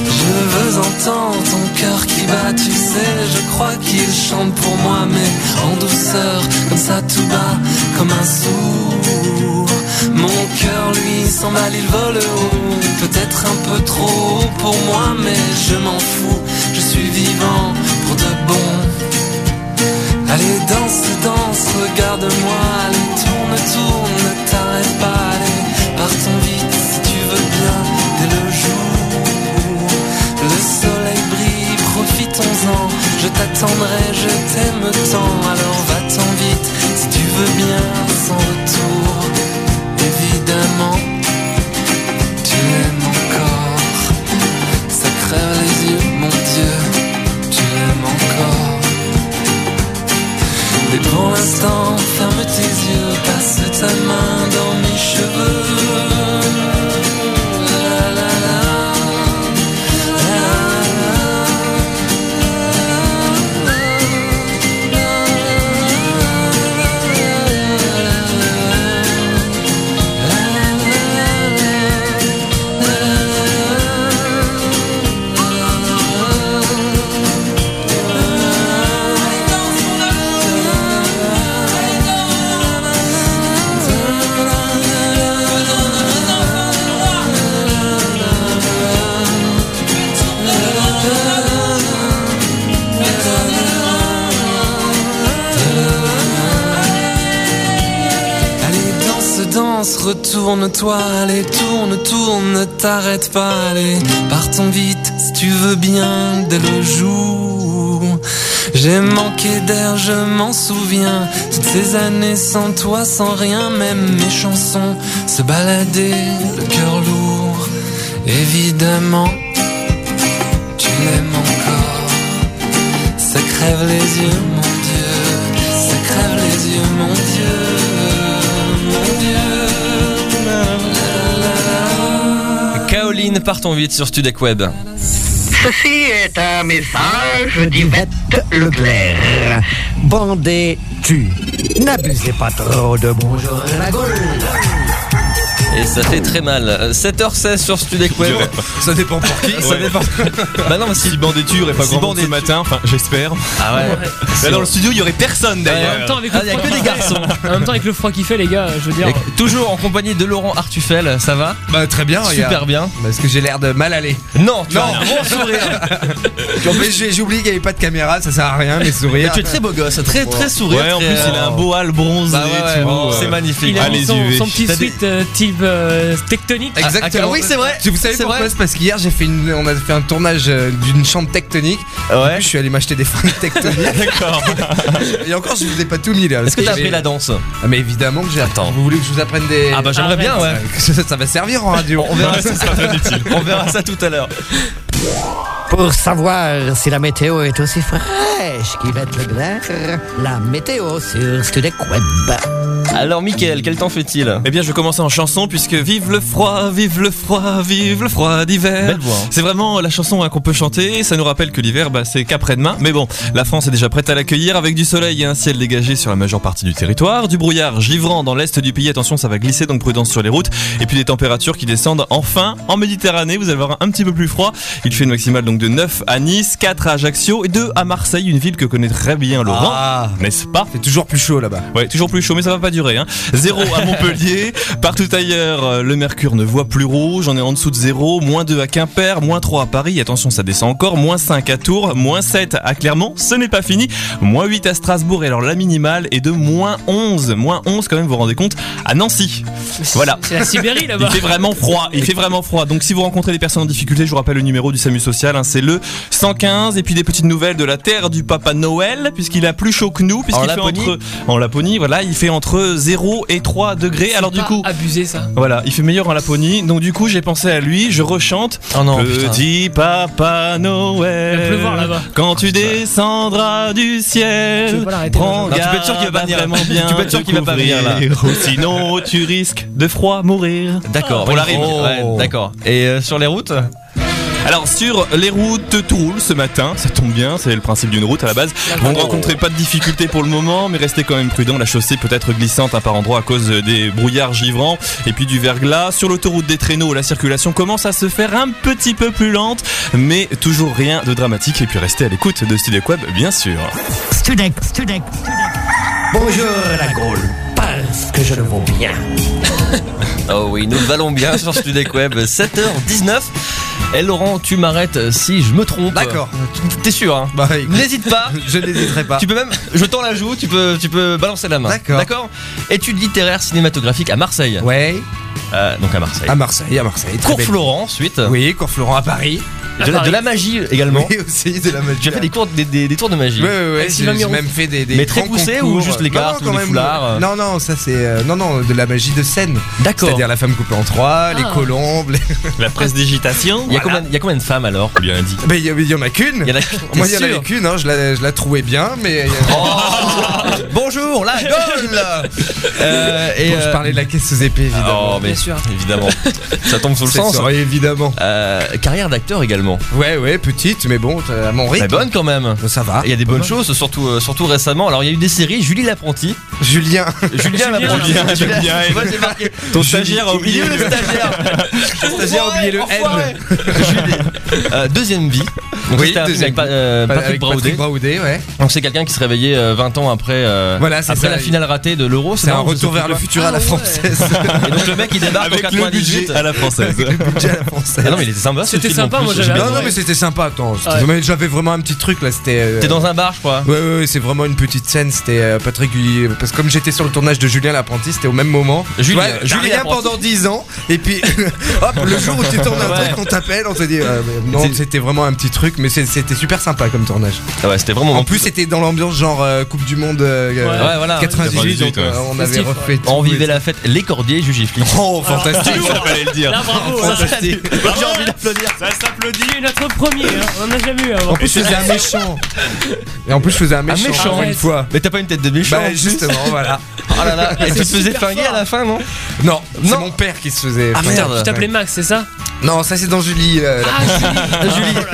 Speaker 8: Je veux entendre ton cœur qui bat, tu sais, je crois qu'il chante pour moi, mais en douceur, comme ça tout bas, comme un sourd. Mon cœur, lui, s'emballe, il vole haut, peut-être un peu trop haut pour moi, mais je m'en fous, je suis vivant pour de bon. Allez, danse, danse, regarde-moi, allez, tourne, tourne, ne t'arrête pas, allez, partons vite si tu veux bien, dès le jour. Le soleil brille, profitons-en, je t'attendrai, je t'aime tant, alors va-t'en vite si tu veux bien, sans retour. Évidemment, tu l'aimes encore, ça crève les yeux, mon Dieu, tu l'aimes encore. Mais pour l'instant, ferme tes yeux, passe ta main dans mes cheveux. La la la. La la la. La Allez, danse, danse, retourne-toi, allez, tourne, tourne, ne t'arrête pas, allez, partons vite, si tu veux bien, dès le jour. J'ai manqué d'air, je m'en souviens, toutes ces années sans toi, sans rien, même mes chansons se balader, le cœur lourd, évidemment, tu l'aimes encore. Ça crève les yeux, mon Dieu. Ça crève les yeux, mon Dieu. Mon Dieu. La, la, la, la.
Speaker 1: Caroline, partons vite sur Studec Web.
Speaker 9: Ceci est un message d'Yvette Leclerc.
Speaker 2: Bandez tu. N'abusez pas trop de bonjour à la Gaule.
Speaker 1: Et ça fait très mal. Euh, 7h16 sur Studec Web.
Speaker 5: Ça dépend pour qui.
Speaker 1: Ça dépend. bah non, mais si.
Speaker 4: Si Bandetu aurait pas
Speaker 1: Si
Speaker 4: grand monde
Speaker 1: Bandetu-
Speaker 4: ce matin, enfin j'espère.
Speaker 1: Ah ouais.
Speaker 4: Là Bah dans le studio il y aurait personne
Speaker 3: En même
Speaker 4: d'ailleurs.
Speaker 3: temps, avec le
Speaker 1: Ah, y a
Speaker 3: froid
Speaker 1: que
Speaker 3: qu'il
Speaker 1: des
Speaker 3: fait-
Speaker 1: garçons.
Speaker 3: En même temps, avec le froid qu'il fait, les gars, je veux dire.
Speaker 1: Et toujours en compagnie de Laurent Artufel, ça va
Speaker 5: Bah très bien,
Speaker 1: Super
Speaker 5: regarde.
Speaker 1: bien.
Speaker 5: Parce que j'ai l'air de mal aller.
Speaker 1: Non, tu,
Speaker 5: Non.
Speaker 1: as un grand sourire.
Speaker 5: En plus, j'ai j'ai oublié qu'il n'y avait pas de caméra, ça sert à rien, mes
Speaker 1: Et
Speaker 5: sourires.
Speaker 1: tu es très beau gosse, très très sourire.
Speaker 4: Ouais en
Speaker 1: très,
Speaker 4: plus
Speaker 1: euh,
Speaker 4: il a un beau hâle bronzé,
Speaker 1: Bah ouais, ouais,
Speaker 4: tu
Speaker 1: ouais,
Speaker 4: vois.
Speaker 1: c'est magnifique.
Speaker 3: Il a
Speaker 4: Allez,
Speaker 3: mis
Speaker 4: j'y
Speaker 3: son,
Speaker 4: vais.
Speaker 3: son petit
Speaker 1: T'as des-
Speaker 3: suite euh, type euh, tectonique.
Speaker 1: Ah,
Speaker 5: Exactement.
Speaker 1: ah, oui, c'est vrai.
Speaker 5: Tu- Vous savez
Speaker 1: C'est
Speaker 5: pourquoi
Speaker 1: vrai.
Speaker 5: C'est parce qu'hier, j'ai fait une, on a fait un tournage euh, d'une chambre tectonique. Et
Speaker 1: Ouais.
Speaker 5: puis, je suis allé m'acheter des fringues tectoniques.
Speaker 4: D'accord.
Speaker 5: et encore, je vous ai pas tout mis là.
Speaker 1: Est-ce que t'as
Speaker 5: Mais-
Speaker 1: appris la danse
Speaker 5: Ah, mais évidemment que j'ai.
Speaker 1: Attends.
Speaker 5: Vous voulez que je vous apprenne des.
Speaker 1: Ah bah j'aimerais
Speaker 3: Arrête.
Speaker 1: bien, ouais.
Speaker 5: ça, ça va servir en radio.
Speaker 1: On verra ça. On verra ça tout à l'heure.
Speaker 2: Pour savoir si la météo est aussi fraîche qu'Yvette Leclerc, la météo sur Studec Web.
Speaker 1: Alors Mickaël, quel temps fait-il
Speaker 4: Eh bien, je vais commencer en chanson puisque vive le froid, vive le froid, vive le froid d'hiver.
Speaker 1: Belle voix, hein.
Speaker 4: C'est vraiment la chanson hein, qu'on peut chanter. Ça nous rappelle que l'hiver, bah, c'est qu'après-demain. Mais bon, la France est déjà prête à l'accueillir avec du soleil et un ciel dégagé sur la majeure partie du territoire, du brouillard givrant dans l'est du pays. Attention, ça va glisser, donc prudence sur les routes. Et puis des températures qui descendent enfin en Méditerranée. Vous allez avoir un petit peu plus froid. Il fait une maximale donc de 9 à Nice, 4 à Ajaccio et 2 à Marseille, une ville que connaît très bien Laurent,
Speaker 1: Ah,
Speaker 4: n'est-ce pas
Speaker 5: C'est toujours plus chaud là-bas.
Speaker 4: Ouais, toujours plus chaud, mais ça va pas durer. Hein. Zéro à Montpellier. Partout ailleurs, euh, le mercure ne voit plus rouge. On est en dessous de zéro. Moins 2 à Quimper. Moins 3 à Paris. Attention, ça descend encore. Moins 5 à Tours. Moins 7 à Clermont. Ce n'est pas fini. Moins 8 à Strasbourg. Et alors, la minimale est de moins 11. Moins 11, quand même, vous vous rendez compte, à Nancy. Voilà.
Speaker 3: C'est la Sibérie
Speaker 4: Il
Speaker 3: là-bas.
Speaker 4: fait vraiment froid, il fait vraiment froid. Donc si vous rencontrez des personnes en difficulté, je vous rappelle le numéro du SAMU social, hein, c'est le 115. Et puis des petites nouvelles de la terre du Papa Noël, puisqu'il a plus chaud que nous, puisqu'il fait
Speaker 1: Laponie.
Speaker 4: entre en Laponie, voilà, il fait entre 0 et 3 degrés. Alors du
Speaker 3: Pas
Speaker 4: coup,
Speaker 3: abusé ça.
Speaker 4: voilà, il fait meilleur en Laponie. Donc du coup, j'ai pensé à lui, je rechante.
Speaker 1: Oh non, putain.
Speaker 4: Petit Papa Noël.
Speaker 3: Il va pleuvoir là-bas.
Speaker 4: Quand tu descendras du
Speaker 3: Je vais
Speaker 4: ciel.
Speaker 3: pas l'arrêter,
Speaker 4: Prends
Speaker 1: Non, Ah, tu peux être sûr qu'il va pas
Speaker 4: garde
Speaker 1: venir.
Speaker 4: à vraiment bien.
Speaker 1: Tu peux être sûr
Speaker 4: te
Speaker 1: qu'il va pas venir, là.
Speaker 4: couvrir. Sinon, tu risques de froid mourir. Oh.
Speaker 1: D'accord,
Speaker 4: Pour la
Speaker 1: magnifique.
Speaker 4: rime.
Speaker 1: Ouais, d'accord. Et euh, sur les routes
Speaker 4: Alors sur les routes, tout roule ce matin, ça tombe bien, c'est le principe d'une route à la base. Vous ne rencontrez pas de difficultés pour le moment, mais restez quand même prudent, la chaussée peut être glissante à par endroits à cause des brouillards givrants et puis du verglas. Sur l'autoroute des traîneaux, la circulation commence à se faire un petit peu plus lente, mais toujours rien de dramatique et puis restez à l'écoute de Studio Web bien sûr.
Speaker 2: Studek, Studek, Studek. Bonjour la Gaule, parce que je le vaux bien.
Speaker 1: Oh oui, nous le allons bien sur Studec Web, 7h19. Et Eh, Laurent, tu m'arrêtes euh, si je me trompe.
Speaker 5: D'accord.
Speaker 1: T'es sûr, hein
Speaker 5: Bah, écoute,
Speaker 1: N'hésite pas.
Speaker 5: je n'hésiterai pas.
Speaker 1: Tu peux même, je tends la joue, tu peux, tu peux balancer la main.
Speaker 5: D'accord.
Speaker 1: D'accord Études littéraires cinématographiques à Marseille.
Speaker 5: Ouais,
Speaker 1: Euh, donc à Marseille.
Speaker 5: à Marseille, à Marseille. très
Speaker 1: Cours
Speaker 5: belle-
Speaker 1: Florent, ensuite. euh,
Speaker 5: Oui, cours Florent à Paris.
Speaker 1: De, la- de la magie également.
Speaker 5: Oui, aussi, de la magie. hein.
Speaker 1: J'ai fait des, cours, des, des- des tours de magie. Eh,
Speaker 5: Ouais, ouais, ouais,
Speaker 3: Avec
Speaker 5: j'ai
Speaker 3: Sylvain
Speaker 5: j'ai
Speaker 3: Miron.
Speaker 5: même fait des, des
Speaker 1: Mais très
Speaker 5: grands
Speaker 1: poussé
Speaker 5: concours.
Speaker 1: ou juste les
Speaker 5: Non, non,
Speaker 1: cartes ou
Speaker 5: quand
Speaker 1: les
Speaker 5: même.
Speaker 1: foulards, euh.
Speaker 5: Non, non, ça c'est. euh, non, non, de la magie de scène.
Speaker 1: D'accord.
Speaker 5: C'est-à-dire la femme coupée en trois, les
Speaker 3: Ah.
Speaker 5: colombes. les-
Speaker 4: La presse digitation
Speaker 1: Il y, a combien- il y a combien de femmes alors
Speaker 4: bien dit.
Speaker 5: Mais il y, il y en a qu'une.
Speaker 1: Il y en a-
Speaker 5: Moi,
Speaker 1: t'es
Speaker 5: il y en avait
Speaker 1: sûr
Speaker 5: qu'une, hein, je, la, je la trouvais bien, mais. euh,
Speaker 1: Oh, Bonjour, la gueule Euh, et
Speaker 5: Bon, je
Speaker 1: euh,
Speaker 5: parlais de la caisse sous épée, évidemment.
Speaker 1: Oh, mais
Speaker 3: Bien sûr.
Speaker 1: évidemment. Ça tombe sous le
Speaker 5: Cette
Speaker 1: sens.
Speaker 5: soirée, évidemment.
Speaker 1: Euh, carrière d'acteur également.
Speaker 5: Ouais, ouais, petite, mais bon, t'as- Euh, à mon
Speaker 1: Très
Speaker 5: rythme.
Speaker 1: bonne quand même.
Speaker 5: Ça va.
Speaker 1: Il y a des bonnes choses, surtout, euh, surtout récemment. Alors, il y a eu des séries Julie l'apprenti.
Speaker 5: Julien.
Speaker 1: Julien l'apprenti.
Speaker 4: Julien,
Speaker 1: Tu vois,
Speaker 4: Julien.
Speaker 1: tu vois, j'ai marqué.
Speaker 4: Ton stagiaire a oublié
Speaker 1: Il est où le
Speaker 4: le-
Speaker 1: stagiaire.
Speaker 5: stagiaire a oublié le N.
Speaker 1: Enfoiré, enfoiré. Julie. Euh, deuxième vie. Donc,
Speaker 5: Oui,
Speaker 1: c'était un film
Speaker 5: Deuxième
Speaker 1: avec pa- euh, Patrick
Speaker 5: Avec
Speaker 1: Braudé.
Speaker 5: Braudé, ouais.
Speaker 1: Donc, c'est quelqu'un qui se réveillait euh, 20 ans après, euh,
Speaker 5: Voilà, c'est
Speaker 1: après
Speaker 5: ça,
Speaker 1: la
Speaker 5: il-
Speaker 1: finale ratée de l'Euro.
Speaker 5: Oh, C'est un
Speaker 1: marrant, je
Speaker 5: retour
Speaker 1: sais
Speaker 5: vers
Speaker 1: plus
Speaker 5: le futur à la
Speaker 3: Ah ouais.
Speaker 5: française.
Speaker 1: quoi. Et donc, le mec, il débarque
Speaker 4: Avec
Speaker 1: en
Speaker 4: le budget
Speaker 1: 98.
Speaker 4: à la française.
Speaker 5: Budget à la
Speaker 1: Ah
Speaker 5: française.
Speaker 1: non, mais il était sympa. ce
Speaker 3: C'était
Speaker 1: film, en
Speaker 3: sympa,
Speaker 1: plus.
Speaker 3: moi,
Speaker 1: J'ai
Speaker 3: j'avais
Speaker 1: bien
Speaker 5: Non,
Speaker 1: aimé.
Speaker 5: non, mais c'était sympa, attends. c'était-
Speaker 3: Ouais.
Speaker 5: mais J'avais vraiment un petit truc là, c'était. euh,
Speaker 1: T'es dans un bar, je crois.
Speaker 5: Ouais, ouais, ouais, c'est vraiment une petite scène. C'était euh, Patrick Gui- Parce que comme j'étais sur le tournage de Julien l'apprenti, c'était au même moment.
Speaker 1: Julien-
Speaker 5: Ouais, t'as
Speaker 1: Julien
Speaker 5: rien
Speaker 1: l'apprenti.
Speaker 5: pendant 10 ans. Et puis, hop, le jour où tu tournes un truc, on t'appelle, on te dit. euh, non,
Speaker 1: C'est-
Speaker 5: c'était vraiment un petit truc, mais c'est- c'était super sympa comme tournage.
Speaker 1: Ah ouais, c'était vraiment.
Speaker 5: En plus, c'était dans l'ambiance genre euh, Coupe du Monde euh,
Speaker 1: ouais,
Speaker 5: euh,
Speaker 1: voilà.
Speaker 5: 98, donc
Speaker 4: 98, ouais.
Speaker 5: euh, on avait
Speaker 3: Festif,
Speaker 5: refait tout.
Speaker 1: On vivait la fête, les cordiers, juge et flic.
Speaker 5: Oh, fantastique!
Speaker 4: Ça fallait le dire.
Speaker 3: Là bravo. ça, hein. ça-
Speaker 5: fantastique!
Speaker 1: J'ai envie d'applaudir.
Speaker 4: Ça s'applaudit.
Speaker 3: c'est notre premier. hein, On en a jamais eu avant.
Speaker 5: En plus, je faisais un méchant! Et en plus, je faisais un méchant,
Speaker 3: méchant.
Speaker 5: une fois!
Speaker 1: Mais t'as pas une tête de méchant en
Speaker 5: Bah,
Speaker 1: plus
Speaker 5: justement, voilà!
Speaker 1: Oh là là, et tu te
Speaker 3: Ah, super
Speaker 1: faisais finguer à
Speaker 3: fort.
Speaker 1: la fin, non
Speaker 5: Non, c'est
Speaker 1: Non.
Speaker 5: mon père qui se faisait.
Speaker 1: Ah, merde.
Speaker 3: Tu t'appelais Max, c'est ça
Speaker 5: Non, ça c'est dans Julie. euh,
Speaker 3: Ah Julie.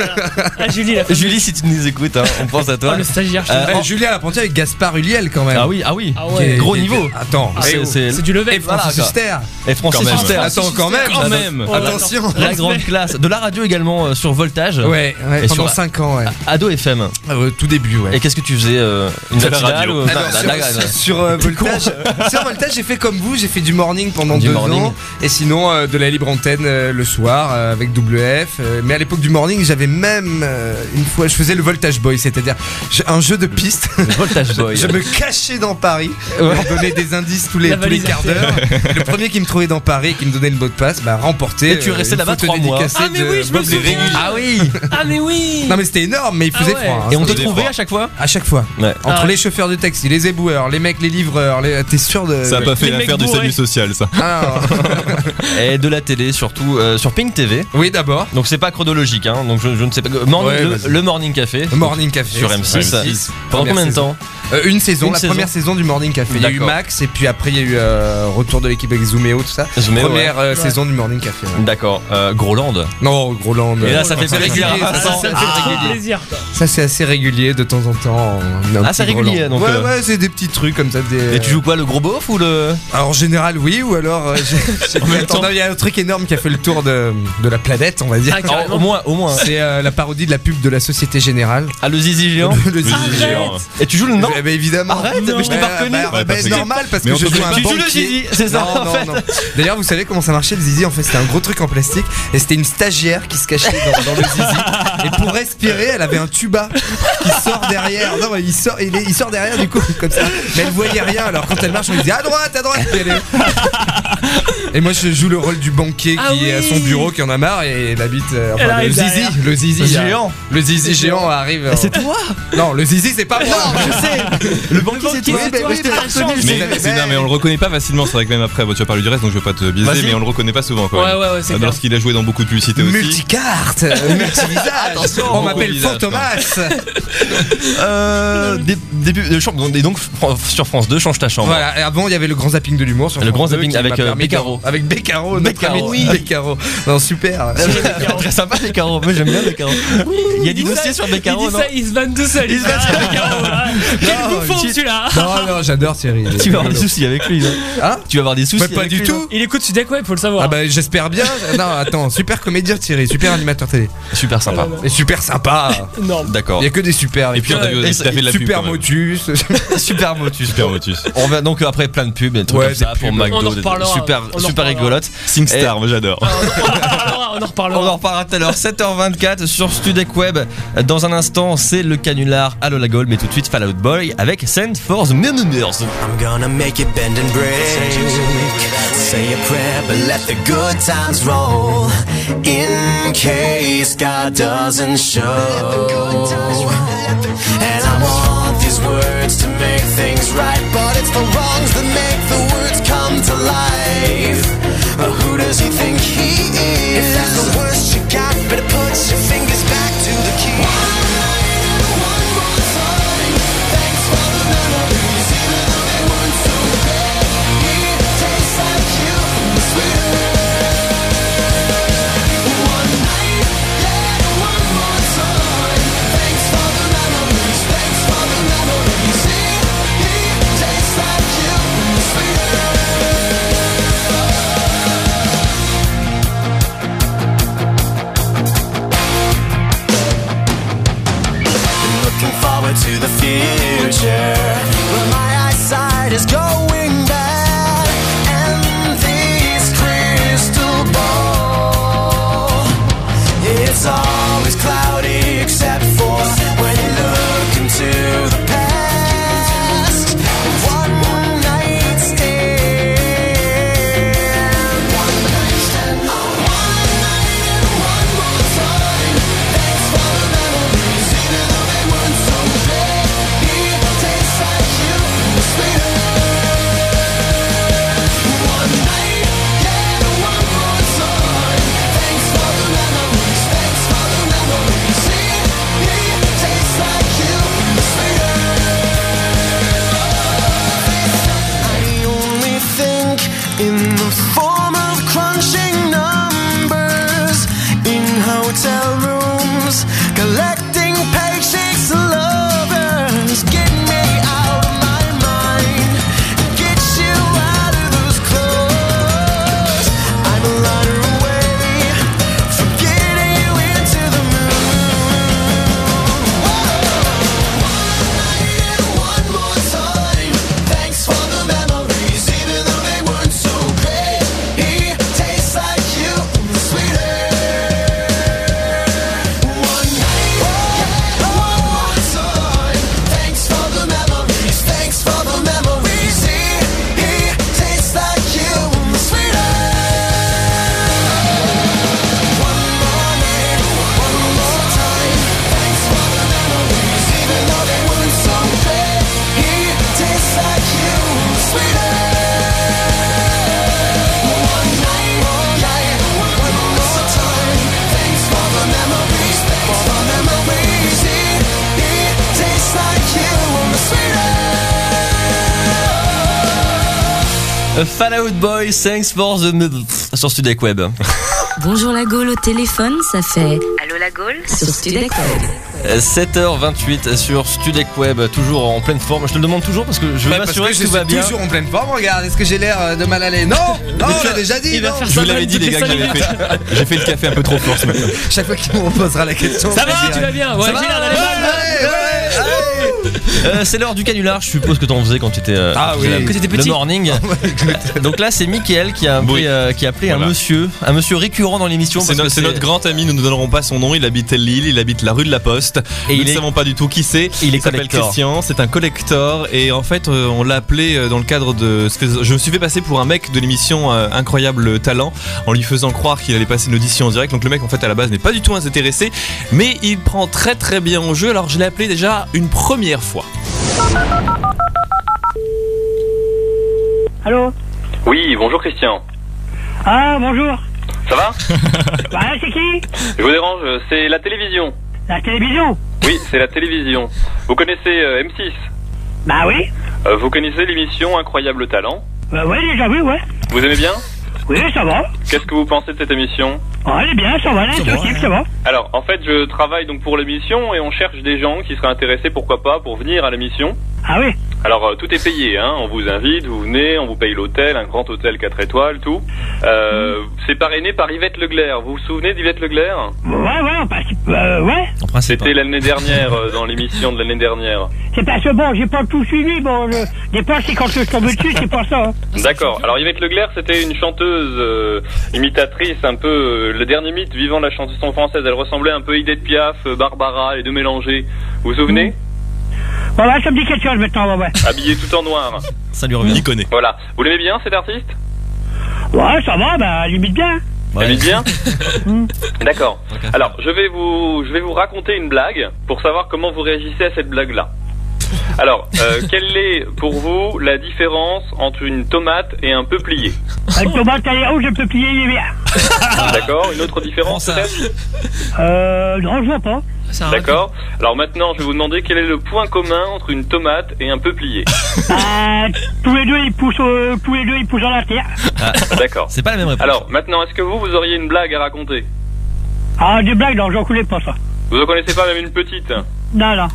Speaker 3: Ah Julie la
Speaker 1: Julie, si tu nous écoutes, hein, on pense à
Speaker 3: Oh,
Speaker 1: toi.
Speaker 3: le stagiaire. je te
Speaker 1: Euh,
Speaker 3: jure.
Speaker 5: Eh, Julien l'apprenti avec Gaspard Ulliel quand même.
Speaker 1: Ah oui, ah oui.
Speaker 3: Ah ouais.
Speaker 1: Gros niveau.
Speaker 5: Attends,
Speaker 1: Ah,
Speaker 5: et,
Speaker 1: c'est- c'est-
Speaker 3: C'est du level.
Speaker 1: voilà,
Speaker 5: Francis
Speaker 1: quoi.
Speaker 5: Huster.
Speaker 1: Et Francis
Speaker 4: Quand même.
Speaker 1: Huster.
Speaker 5: Attends, quand même.
Speaker 4: Quand même.
Speaker 3: Oh, attends.
Speaker 5: Attention.
Speaker 1: La grande classe. De la radio également euh, sur Voltage.
Speaker 5: Ouais, ouais,
Speaker 1: Et
Speaker 5: pendant
Speaker 1: sur-
Speaker 5: 5 ans, ouais.
Speaker 1: Ado FM.
Speaker 5: Euh, tout début, ouais.
Speaker 1: Et qu'est-ce que tu faisais euh, Une
Speaker 4: De la
Speaker 1: matinale
Speaker 4: radio.
Speaker 1: ou-
Speaker 5: Alors,
Speaker 1: Non,
Speaker 5: sur,
Speaker 1: Bah, la- la-
Speaker 5: sur- sur, euh, Voltage, sur Voltage, j'ai fait comme vous, j'ai fait du morning pendant
Speaker 1: Du
Speaker 5: deux
Speaker 1: morning.
Speaker 5: ans, et sinon euh, de la libre antenne euh, le soir euh, avec WF. euh, mais à l'époque du morning, j'avais même euh, une fois, je faisais le Voltage Boy, c'est-à-dire j'ai un jeu de piste.
Speaker 1: Voltage Boy.
Speaker 5: Je me cachais dans Paris, on donnait des indices tous les,
Speaker 3: La
Speaker 5: tous les
Speaker 3: valise à
Speaker 5: quarts d'heure. Et Le premier qui me trouvait dans Paris et qui me donnait le mot de passe, bah remportait.
Speaker 1: Et tu
Speaker 5: euh,
Speaker 1: restais
Speaker 5: une
Speaker 1: là-bas
Speaker 5: photo
Speaker 1: trois mois.
Speaker 5: dédicacée
Speaker 3: Ah, mais
Speaker 5: de
Speaker 3: oui, je me
Speaker 5: Bob
Speaker 3: souviens.
Speaker 5: Lévy.
Speaker 1: Ah oui
Speaker 3: Ah mais oui.
Speaker 5: Non mais c'était énorme, mais il
Speaker 3: Ah
Speaker 5: faisait
Speaker 3: ouais.
Speaker 5: froid. hein.
Speaker 1: Et on te
Speaker 4: des
Speaker 1: trouvait
Speaker 4: fois.
Speaker 1: à chaque fois
Speaker 5: À chaque fois.
Speaker 1: Ouais.
Speaker 5: Entre
Speaker 3: Ah ouais.
Speaker 5: les chauffeurs de taxi, les éboueurs, les mecs, les livreurs, les... t'es sûr de.
Speaker 4: Ça a pas fait
Speaker 3: Les mecs
Speaker 4: l'affaire du
Speaker 3: bourrés.
Speaker 4: salut social, ça.
Speaker 5: Ah, non.
Speaker 1: Et de la télé surtout euh, sur Pink TV.
Speaker 5: oui, d'abord.
Speaker 1: Donc c'est pas chronologique, hein. donc je, je ne sais pas. Morning-
Speaker 5: Ouais,
Speaker 1: le-
Speaker 5: vas-y.
Speaker 1: le, Morning Café.
Speaker 5: Morning Café.
Speaker 1: Sur M6. Pendant
Speaker 5: Première
Speaker 1: combien de
Speaker 5: saison.
Speaker 1: temps
Speaker 5: Euh, Une saison,
Speaker 1: Une
Speaker 5: la
Speaker 1: saison.
Speaker 5: première saison du Morning Café. Il y a eu
Speaker 1: D'accord.
Speaker 5: Max, et puis après, il y a eu euh, Retour de l'équipe avec Zooméo, tout ça.
Speaker 1: Zooméo,
Speaker 5: première euh,
Speaker 3: Ouais.
Speaker 5: saison du Morning Café. ouais.
Speaker 1: D'accord. Euh, Groland.
Speaker 5: Non, Groland.
Speaker 1: Et là,
Speaker 5: euh,
Speaker 1: ça fait
Speaker 5: c'est
Speaker 1: plaisir.
Speaker 5: régulier,
Speaker 1: Ah,
Speaker 5: ça,
Speaker 3: Ah, ça
Speaker 5: c'est-
Speaker 3: me fait trop plaisir.
Speaker 5: Ça, c'est assez régulier de temps en temps. on a un
Speaker 1: Ah, c'est
Speaker 5: petit
Speaker 1: régulier,
Speaker 5: Groland.
Speaker 1: donc,
Speaker 5: Ouais,
Speaker 1: euh.
Speaker 5: ouais, c'est des petits trucs comme ça. Des... Ah,
Speaker 1: Et tu joues quoi, le gros beauf ou le.
Speaker 5: Alors, en général, oui, ou alors. euh, j'ai- j'ai- Attends, non, il y a un truc énorme qui a fait le tour de. euh, de la planète, on va dire.
Speaker 3: Ah, carrément.
Speaker 1: au moins, au moins.
Speaker 5: C'est euh, la parodie de la pub de la Société Générale.
Speaker 1: Ah, le zizi géant.
Speaker 5: Le zizi
Speaker 3: Arrête.
Speaker 5: géant.
Speaker 1: Et tu joues le nom
Speaker 5: Eh ben, évidemment.
Speaker 1: Arrête, mais je t'ai pas reconnu.
Speaker 5: Bah,
Speaker 4: Ouais,
Speaker 5: bah,
Speaker 4: parce
Speaker 5: c'est
Speaker 4: que-
Speaker 5: normal parce
Speaker 4: Mais
Speaker 5: que
Speaker 4: on
Speaker 5: je
Speaker 4: peut
Speaker 5: joue
Speaker 4: pas-
Speaker 5: un
Speaker 1: Tu joues le
Speaker 5: banquier.
Speaker 1: zizi, c'est ça,
Speaker 5: Non,
Speaker 1: en
Speaker 5: non,
Speaker 1: fait.
Speaker 5: non. D'ailleurs, vous savez comment ça marchait le zizi En fait, c'était un gros truc en plastique et c'était une stagiaire qui se cachait dans, dans le zizi. Et pour respirer, elle avait un tuba qui sort derrière. Non, mais il sort, il, est- il sort derrière du coup, comme ça. Mais elle voyait rien. Alors quand elle marche, on lui dit à droite, à droite. Et, elle est- Et moi, je joue le rôle du banquier qui
Speaker 3: Ah
Speaker 5: est à
Speaker 3: oui.
Speaker 5: son bureau, qui en a marre et elle habite. euh, enfin,
Speaker 3: Elle
Speaker 5: le
Speaker 3: arrive
Speaker 5: zizi,
Speaker 3: derrière.
Speaker 5: le zizi,
Speaker 1: Le
Speaker 5: euh,
Speaker 1: géant.
Speaker 5: Le zizi géant arrive. euh.
Speaker 1: C'est toi
Speaker 5: Non, le zizi, c'est pas moi.
Speaker 1: Je sais Le banquier, c'est toi
Speaker 5: Oui, mais- mais je t'ai
Speaker 3: par
Speaker 5: pas reconnu,
Speaker 3: chance.
Speaker 5: je
Speaker 4: Mais,
Speaker 5: l'avais-
Speaker 4: c'est- non, mais on le reconnaît pas facilement, c'est vrai que même après, bon, tu vas parler du reste donc je vais pas te biaiser,
Speaker 1: Vas-y.
Speaker 4: mais on le reconnaît pas souvent
Speaker 3: Ouais,
Speaker 4: quoi.
Speaker 3: ouais, ouais, c'est clair.
Speaker 4: Lorsqu'il a joué dans beaucoup de publicités aussi.
Speaker 5: Multicarte, euh, multivisage. On m'appelle
Speaker 4: Multivisage,
Speaker 5: Fantomas.
Speaker 1: Euh, dé- début de chambre, et donc Fran- sur France 2, change ta chambre.
Speaker 5: Voilà, et avant il y avait le grand zapping de l'humour sur
Speaker 1: Le
Speaker 5: France
Speaker 1: grand
Speaker 5: 2
Speaker 1: zapping
Speaker 5: qui
Speaker 1: avec,
Speaker 5: m'a
Speaker 1: euh,
Speaker 5: permis de-
Speaker 1: Beccaro.
Speaker 5: Avec Beccaro, notre
Speaker 1: Beccaro,
Speaker 5: ami
Speaker 1: oui.
Speaker 5: Beccaro. Non, super.
Speaker 1: Très sympa les carreaux, moi j'aime bien les carreaux. Il y a
Speaker 3: Il
Speaker 1: du
Speaker 3: dit ça-
Speaker 1: dossier sur les carreaux,
Speaker 3: Il dit
Speaker 1: non
Speaker 3: ça, il se vanne tout seul.
Speaker 1: Il se vanne
Speaker 3: Ah, Beccaro, ah. Quel
Speaker 5: Non,
Speaker 3: bouffon
Speaker 5: tu-
Speaker 3: celui-là
Speaker 5: Non, non, j'adore Thierry. il est
Speaker 1: Tu vas avoir des
Speaker 5: rigolo.
Speaker 1: soucis avec lui.
Speaker 5: Hein
Speaker 1: tu vas avoir des soucis.
Speaker 5: Mais pas
Speaker 1: avec
Speaker 5: du
Speaker 1: lui, hein.
Speaker 5: tout.
Speaker 1: non
Speaker 3: Il écoute Sudac Web, faut le
Speaker 5: Ah
Speaker 3: savoir.
Speaker 5: bah j'espère bien. Non, attends, super comédien Thierry, super animateur télé.
Speaker 1: Super sympa.
Speaker 5: Et super sympa.
Speaker 3: Non.
Speaker 5: Il
Speaker 4: D'accord.
Speaker 5: y a que des super. euh,
Speaker 4: Et puis on a
Speaker 1: Et
Speaker 4: vu,
Speaker 1: ça-
Speaker 4: t'as fait de la pub.
Speaker 5: super
Speaker 4: quand même.
Speaker 5: Motus.
Speaker 1: Super motus.
Speaker 4: Super Motus.
Speaker 1: On va donc après plein de pubs, des trucs
Speaker 5: Ouais,
Speaker 1: comme
Speaker 5: des
Speaker 1: ça pour
Speaker 5: pubs.
Speaker 1: McDo,
Speaker 3: On en
Speaker 1: des-
Speaker 3: reparlera,
Speaker 1: super,
Speaker 3: on en
Speaker 1: super
Speaker 3: reparlera. Ah,
Speaker 1: rigolote.
Speaker 4: SingStar, moi j'adore.
Speaker 3: On en reparlera.
Speaker 1: On en reparlera tout à l'heure, 7h24 sur Studec Web. Dans un instant, c'est le canular à Lola Gold, mais tout de suite Fallout Boy avec Send for the Murmurs.
Speaker 10: I'm gonna make it bend and break. Say a prayer, but let the good times roll. In case God doesn't show. And I want these words to make things right, but it's the wrongs that make the words come to life. But who does he think he is? If that's the worst you got, better put your fingers back to the key. looking forward to the future. But my eyesight is going bad, and this crystal ball, it's always cloudy except for when you look into the past. One night stand. One night stand. I only think in the form of crunching numbers in hotel rooms, collecting paychecks to lovers. Get me out of my mind, get you out of those clothes. I'm a lighter away from getting you into the
Speaker 1: Euh, Fallout Boy, thanks for the Murmurs sur Studec Web.
Speaker 11: Bonjour la Gaule au téléphone, ça fait. Allô
Speaker 12: La Gaule sur Student Club.
Speaker 1: Euh, 7h28 sur Studec Web, toujours en pleine forme. Je te le demande toujours parce que je veux
Speaker 5: Bah, parce
Speaker 1: m'assurer
Speaker 5: que
Speaker 1: que,
Speaker 5: je
Speaker 1: tout va
Speaker 5: suis
Speaker 1: bien.
Speaker 5: toujours en pleine forme, regarde, est-ce que j'ai l'air euh, de mal aller Non Non, on l'a déjà dit,
Speaker 3: Il va
Speaker 5: non.
Speaker 3: faire
Speaker 4: Je
Speaker 3: ça
Speaker 4: vous l'avais dit, les gars, que j'avais fait. J'ai fait le café un peu trop fort ce matin.
Speaker 5: Chaque fois qu'il me reposera la question.
Speaker 3: Ça
Speaker 5: je
Speaker 3: va,
Speaker 5: dirai.
Speaker 3: tu vas bien Ouais,
Speaker 1: Ça
Speaker 3: j'ai
Speaker 1: va
Speaker 3: l'air d'aller
Speaker 5: Ouais,
Speaker 3: mal.
Speaker 5: ouais, ouais,
Speaker 1: Euh, c'est l'heure du canular, je suppose que t'en faisais quand t'étais euh,
Speaker 5: Ah
Speaker 1: quand
Speaker 5: oui.
Speaker 1: t'étais-
Speaker 5: Quand
Speaker 3: t'étais
Speaker 1: le
Speaker 3: petit.
Speaker 1: morning. Donc là, c'est Mickaël qui a, appelé,
Speaker 4: Oui.
Speaker 1: euh, qui a appelé un
Speaker 4: Voilà.
Speaker 1: monsieur, un monsieur récurrent dans l'émission.
Speaker 4: C'est
Speaker 1: parce
Speaker 4: no-
Speaker 1: que
Speaker 4: c'est notre grand ami, nous ne donnerons pas son nom. Il habite Lille, il habite la rue de la Poste.
Speaker 1: Et
Speaker 4: nous
Speaker 1: il
Speaker 4: ne
Speaker 1: est-
Speaker 4: savons pas du tout qui c'est.
Speaker 1: Il est
Speaker 4: s'appelle
Speaker 1: collector.
Speaker 4: Christian, c'est un collector. Et en fait, euh, on l'a appelé euh, dans le cadre de. ce que- Je me suis fait passer pour un mec de l'émission euh, Incroyable Talent en lui faisant croire qu'il allait passer une audition en direct. Donc le mec, en fait, à la base, n'est pas du tout intéressé. Mais il prend très très bien au jeu. Alors je l'ai appelé déjà une première fois.
Speaker 13: Allô
Speaker 14: Oui, bonjour Christian.
Speaker 13: Ah, bonjour
Speaker 14: Ça va
Speaker 13: Bah, c'est qui
Speaker 14: Je vous dérange, euh, c'est la télévision.
Speaker 13: La télévision
Speaker 14: Oui, c'est la télévision. Vous connaissez euh, M6
Speaker 13: Bah oui
Speaker 14: Euh, Vous connaissez l'émission Incroyable Talent
Speaker 13: Bah oui, déjà vu, ouais
Speaker 14: Vous aimez bien
Speaker 13: Oui, ça va
Speaker 14: Qu'est-ce que vous pensez de cette émission
Speaker 13: Ouais, Oh, elle est bien, ça va, hein. elle est instructive, ça va
Speaker 14: Alors, en fait, je travaille donc pour l'émission et on cherche des gens qui seraient intéressés, pourquoi pas, pour venir à l'émission.
Speaker 13: Ah oui
Speaker 14: Alors, euh, tout est payé, hein. On vous invite, vous venez, on vous paye l'hôtel, un grand hôtel 4 étoiles, tout. Euh, C'est parrainé par Yvette Leglaire. Vous vous souvenez d'Yvette Leglaire
Speaker 13: Ouais, ouais, on passe... Euh, ouais
Speaker 1: En principe. hein.
Speaker 14: C'était l'année dernière, euh, dans l'émission de l'année dernière.
Speaker 13: C'est parce que, bon, j'ai pas tout suivi, bon, le... des fois, c'est quand je tombe dessus, c'est pas ça, hein.
Speaker 14: D'accord. Alors Yvette Leclerc, c'était une chanteuse euh, imitatrice, un peu euh, le dernier mythe vivant de la chanson française. Elle ressemblait un peu Idée de Piaf, euh, Barbara, les deux mélangés. Vous vous souvenez
Speaker 1: Mmh.
Speaker 13: Bon, ouais, ça me dit quelque chose, maintenant, ouais, ouais
Speaker 14: Habillée tout en noir.
Speaker 1: Ça lui revient.
Speaker 4: Il connaît.
Speaker 14: Voilà. Vous l'aimez bien cet artiste
Speaker 13: Ouais, ça va, bah, limite bien
Speaker 1: Ouais.
Speaker 14: Vous l'aimez bien
Speaker 13: Hmm.
Speaker 14: D'accord. Alors je vais vous je vais vous raconter une blague pour savoir comment vous réagissez à cette blague là. Alors, euh, quelle est pour vous la différence entre une tomate et un peuplier
Speaker 13: Avec tomate, elle est rouge, je peux plier, il est bien
Speaker 14: D'accord Une autre différence
Speaker 1: Prends ça.
Speaker 14: peut-être
Speaker 13: Euh, non, je vois pas
Speaker 3: C'est un raté.
Speaker 14: D'accord. Alors maintenant, je vais vous demander quel est le point commun entre une tomate et un peuplier.
Speaker 13: Bah, tous les deux, ils poussent, euh, tous les deux, ils poussent dans la terre
Speaker 14: D'accord.
Speaker 1: Ah, C'est pas la même réponse.
Speaker 14: Alors maintenant, est-ce que vous, vous auriez une blague à raconter
Speaker 13: Ah, des blagues, non, j'en connais pas, ça
Speaker 14: Vous en connaissez pas même une petite
Speaker 13: Non, non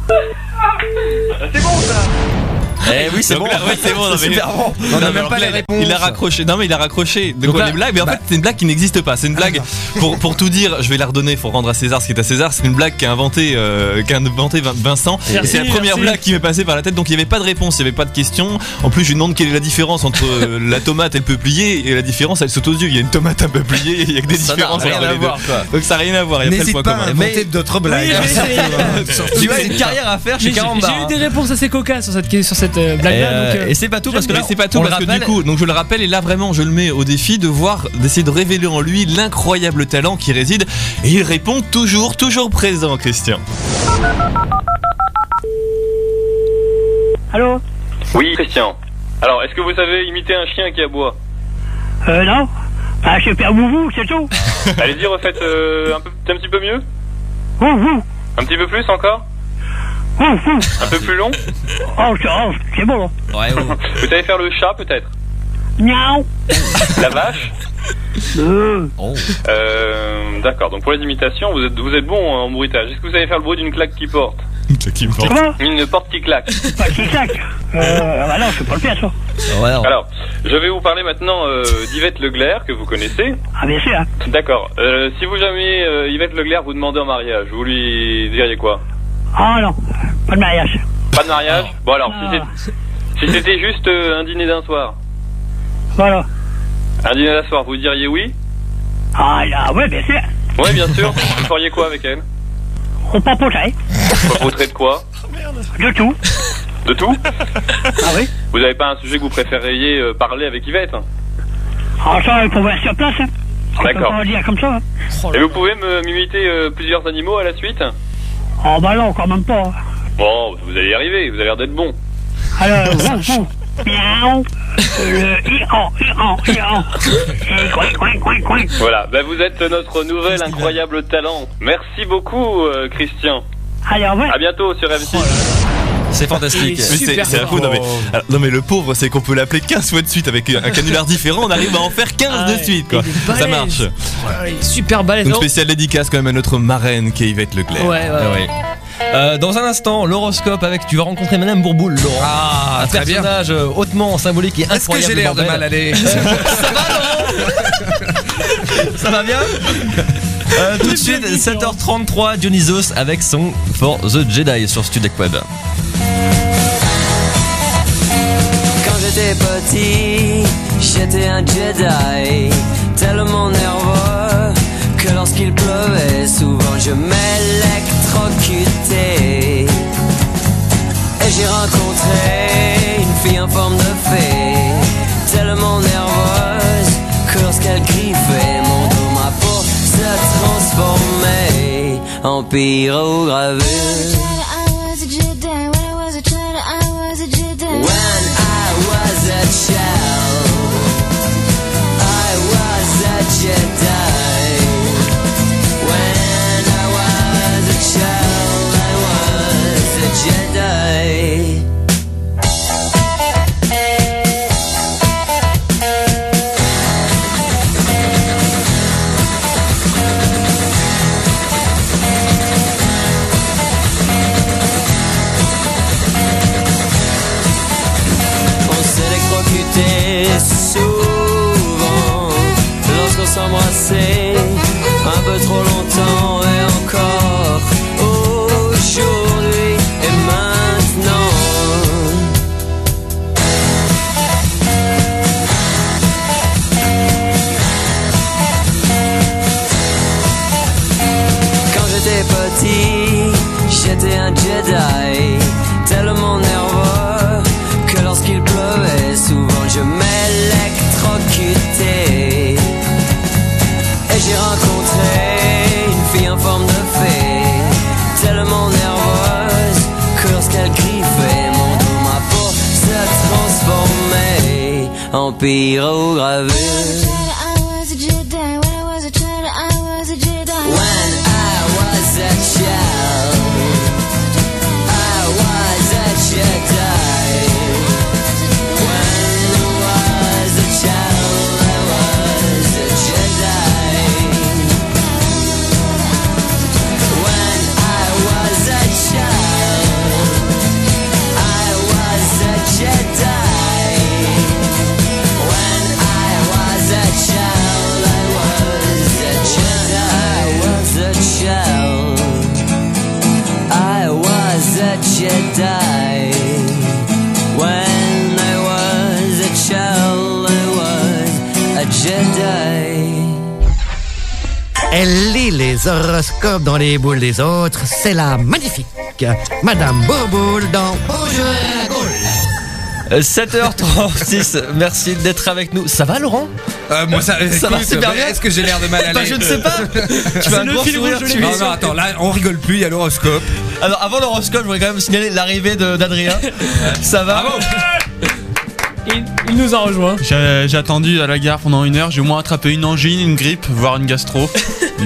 Speaker 1: Eh oui, c'est
Speaker 4: Donc
Speaker 1: bon.
Speaker 4: là, ouais, c'est bon, non, mais-
Speaker 1: super bon.
Speaker 5: On n'a
Speaker 4: Non, mais
Speaker 5: même
Speaker 4: alors
Speaker 5: pas
Speaker 4: que là,
Speaker 5: les réponses.
Speaker 4: Il a raccroché. Non, mais il a raccroché. De
Speaker 1: Donc
Speaker 4: quoi
Speaker 1: là,
Speaker 4: les blagues Mais en fait, c'est une blague qui n'existe pas. C'est une blague. Pour, pour tout dire, je vais la redonner. Faut rendre à César ce qui est à César. C'est une blague qu'a inventé, euh, qu'a inventé Vin- Vincent. Et
Speaker 3: Merci,
Speaker 4: c'est la première
Speaker 3: merci.
Speaker 4: blague qui m'est passée par la tête. Donc il n'y avait pas de réponse, il n'y avait pas de question. En plus, je lui demande quelle est la différence entre euh, la tomate et le peuplier. Et la différence, elle saute aux yeux. Il y a une tomate, un peuplier. Il y a que des
Speaker 1: Ça n'a
Speaker 4: différences
Speaker 1: rien
Speaker 4: entre
Speaker 1: à
Speaker 4: les deux.
Speaker 1: voir, quoi.
Speaker 4: Donc ça n'a rien à voir. Il n'y a pas le
Speaker 5: N'hésite
Speaker 4: point
Speaker 5: pas à
Speaker 4: commun.
Speaker 5: inventer d'autres blagues.
Speaker 3: Oui, je vais essayer.
Speaker 1: Tu vois, il y a une carrière à faire
Speaker 3: euh, Mais
Speaker 1: chez
Speaker 3: J'ai j'ai eu
Speaker 1: Caramba. hein.
Speaker 3: des réponses assez cocasses sur cette, sur cette euh,
Speaker 1: Et,
Speaker 3: blague-là.
Speaker 1: euh,
Speaker 3: donc, euh,
Speaker 1: et c'est pas tout parce que
Speaker 4: Mais
Speaker 1: là,
Speaker 4: Eh, c'est pas tout
Speaker 1: on le
Speaker 4: parce que du
Speaker 1: rappelle,
Speaker 4: coup donc je le rappelle et là vraiment je le mets au défi de voir d'essayer de révéler en lui l'incroyable talent qui réside et il répond toujours toujours présent Christian
Speaker 13: Allô
Speaker 14: Oui, Christian. Alors, est-ce que vous savez imiter un chien qui aboie
Speaker 13: Euh, non Bah, je fais un vous, c'est tout
Speaker 14: Allez-y, refaites euh, un, peu, un petit peu mieux
Speaker 13: Vous, vous
Speaker 14: Un petit peu plus encore
Speaker 13: Vous, vous
Speaker 14: Un peu plus long
Speaker 13: Oh, c'est oh, c'est bon.
Speaker 1: ouais, oh. ouais.
Speaker 14: Vous savez faire le chat peut-être
Speaker 13: Miaou.
Speaker 14: La vache
Speaker 13: Euh,
Speaker 1: Oh.
Speaker 14: euh, D'accord, donc pour les imitations, vous êtes, vous êtes bon en bruitage. Est-ce que vous savez faire le bruit d'une claque qui porte
Speaker 13: comment
Speaker 14: Une porte qui claque
Speaker 13: Pas qui claque. Euh, ah bah non, je peux pas le faire, ça.
Speaker 1: Ouais, oh. alors,
Speaker 14: Alors, je vais vous parler maintenant euh, d'Yvette Leglaire, que vous connaissez.
Speaker 13: Ah, bien sûr, hein.
Speaker 14: D'accord. Euh, si vous jamais euh, Yvette Leglaire vous demandait en mariage, vous lui diriez quoi
Speaker 13: Ah non, pas de mariage.
Speaker 14: Pas de mariage Bon alors, si
Speaker 13: Ah,
Speaker 14: c'est- si c'était juste euh, un dîner d'un soir,
Speaker 13: voilà.
Speaker 14: un dîner d'un soir, vous diriez oui
Speaker 13: Ah, là, ouais, bien sûr.
Speaker 14: Oui, bien sûr. vous feriez quoi avec elle
Speaker 13: On papoterait.
Speaker 14: Vous voterez de quoi
Speaker 13: hein. De tout.
Speaker 14: De tout
Speaker 13: Ah oui
Speaker 14: Vous n'avez pas un sujet que vous préfériez euh, parler avec Yvette
Speaker 13: Ah, ça, il faut voir sur place, hein. On peut
Speaker 14: D'accord.
Speaker 13: pas dire comme ça, hein.
Speaker 14: Et vous pouvez me m'imiter euh, plusieurs animaux à la suite
Speaker 13: Ah, bah non, quand même pas.
Speaker 14: Bon, vous allez y arriver, vous avez l'air d'être bon.
Speaker 13: Alors, vous, vous. Miaou. Euh, i-an, i-an, i-an. Et coin, coin, coin, coin.
Speaker 14: Voilà, bah, vous êtes notre nouvel incroyable talent. Merci beaucoup, euh, Christian.
Speaker 13: Allez, au revoir.
Speaker 14: À bientôt sur M6.
Speaker 1: C'est fantastique.
Speaker 14: Mais C'est c'est la faute, non mais, alors, non mais le pauvre, c'est qu'on peut l'appeler 15 fois de suite avec un canular différent, on arrive à en faire 15
Speaker 15: Ah
Speaker 14: de
Speaker 15: ouais,
Speaker 14: suite quoi.
Speaker 15: il est balèze.
Speaker 14: Ça marche.
Speaker 4: Ah
Speaker 15: Ouais, il est super balèze.
Speaker 14: Une
Speaker 15: Oh,
Speaker 14: spéciale dédicace quand même à notre marraine qui est Yvette Leclerc.
Speaker 15: Ouais, ouais, ouais.
Speaker 14: Ah
Speaker 1: Euh, dans un instant, l'horoscope avec tu vas rencontrer Madame Bourboule, Laurent. Ah, un
Speaker 5: très bien.
Speaker 1: personnage euh, hautement symbolique et
Speaker 5: Est-ce que
Speaker 1: incroyable.
Speaker 5: j'ai l'air de
Speaker 1: bordel.
Speaker 5: mal aller
Speaker 1: Ça va bien Euh, Tout de suite, 7h33, Dionysos avec son For the Jedi sur Studec Web.
Speaker 16: Quand j'étais petit, j'étais un Jedi, tellement nerveux que lorsqu'il pleuvait, souvent je m'électrocutais. Et j'ai rencontré une fille en forme de fée, tellement nerveuse que lorsqu'elle griffait mon dos, ma peau se transformait en pyrogravure. When I was a child, I was a Jedi. When I was a child, I was a Jedi. On s'électrocutait souvent lorsqu'on s'embrassait un peu trop longtemps et encore aujourd'hui et maintenant. Quand j'étais petit, j'étais un Jedi, tellement nerveux que lorsqu'il pleuvait, souvent je m'électrocutais. Et j'ai rencontré une fille en forme de fée, tellement nerveuse que lorsqu'elle griffait mon dos, ma peau se transformait en pyrogravure. was a child. I was a Jedi. When I was a child, I was a Jedi. When I was a child, I was a Jedi. When I was a child, I was a Jedi. I was a child. I was a Jedi. When I was a child, I was a Jedi.
Speaker 2: Elle lit les horoscopes dans les boules des autres. C'est la magnifique Madame Bourboule dans Bonjour à la Gaule.
Speaker 1: Euh, 7h36, merci d'être avec nous. Ça va Laurent
Speaker 5: Euh, moi, ça- écoute,
Speaker 1: va super
Speaker 5: mais
Speaker 1: bien
Speaker 5: est-ce que j'ai l'air de mal à
Speaker 1: Bah,
Speaker 5: l'aise
Speaker 1: je ne sais pas Tu
Speaker 5: C'est
Speaker 1: fais un
Speaker 5: le
Speaker 1: grand
Speaker 5: fil
Speaker 1: sourire,
Speaker 5: rouge de
Speaker 1: tu
Speaker 5: l'émission. Non, non, attends,
Speaker 1: là on rigole plus, il y a l'horoscope. Alors avant l'horoscope, je voudrais quand même signaler l'arrivée de- d'Adrien. Ça va
Speaker 15: il, il nous a rejoint.
Speaker 4: J'ai j'ai attendu à la gare pendant une heure, j'ai au moins attrapé une angine, une grippe, voire une gastro.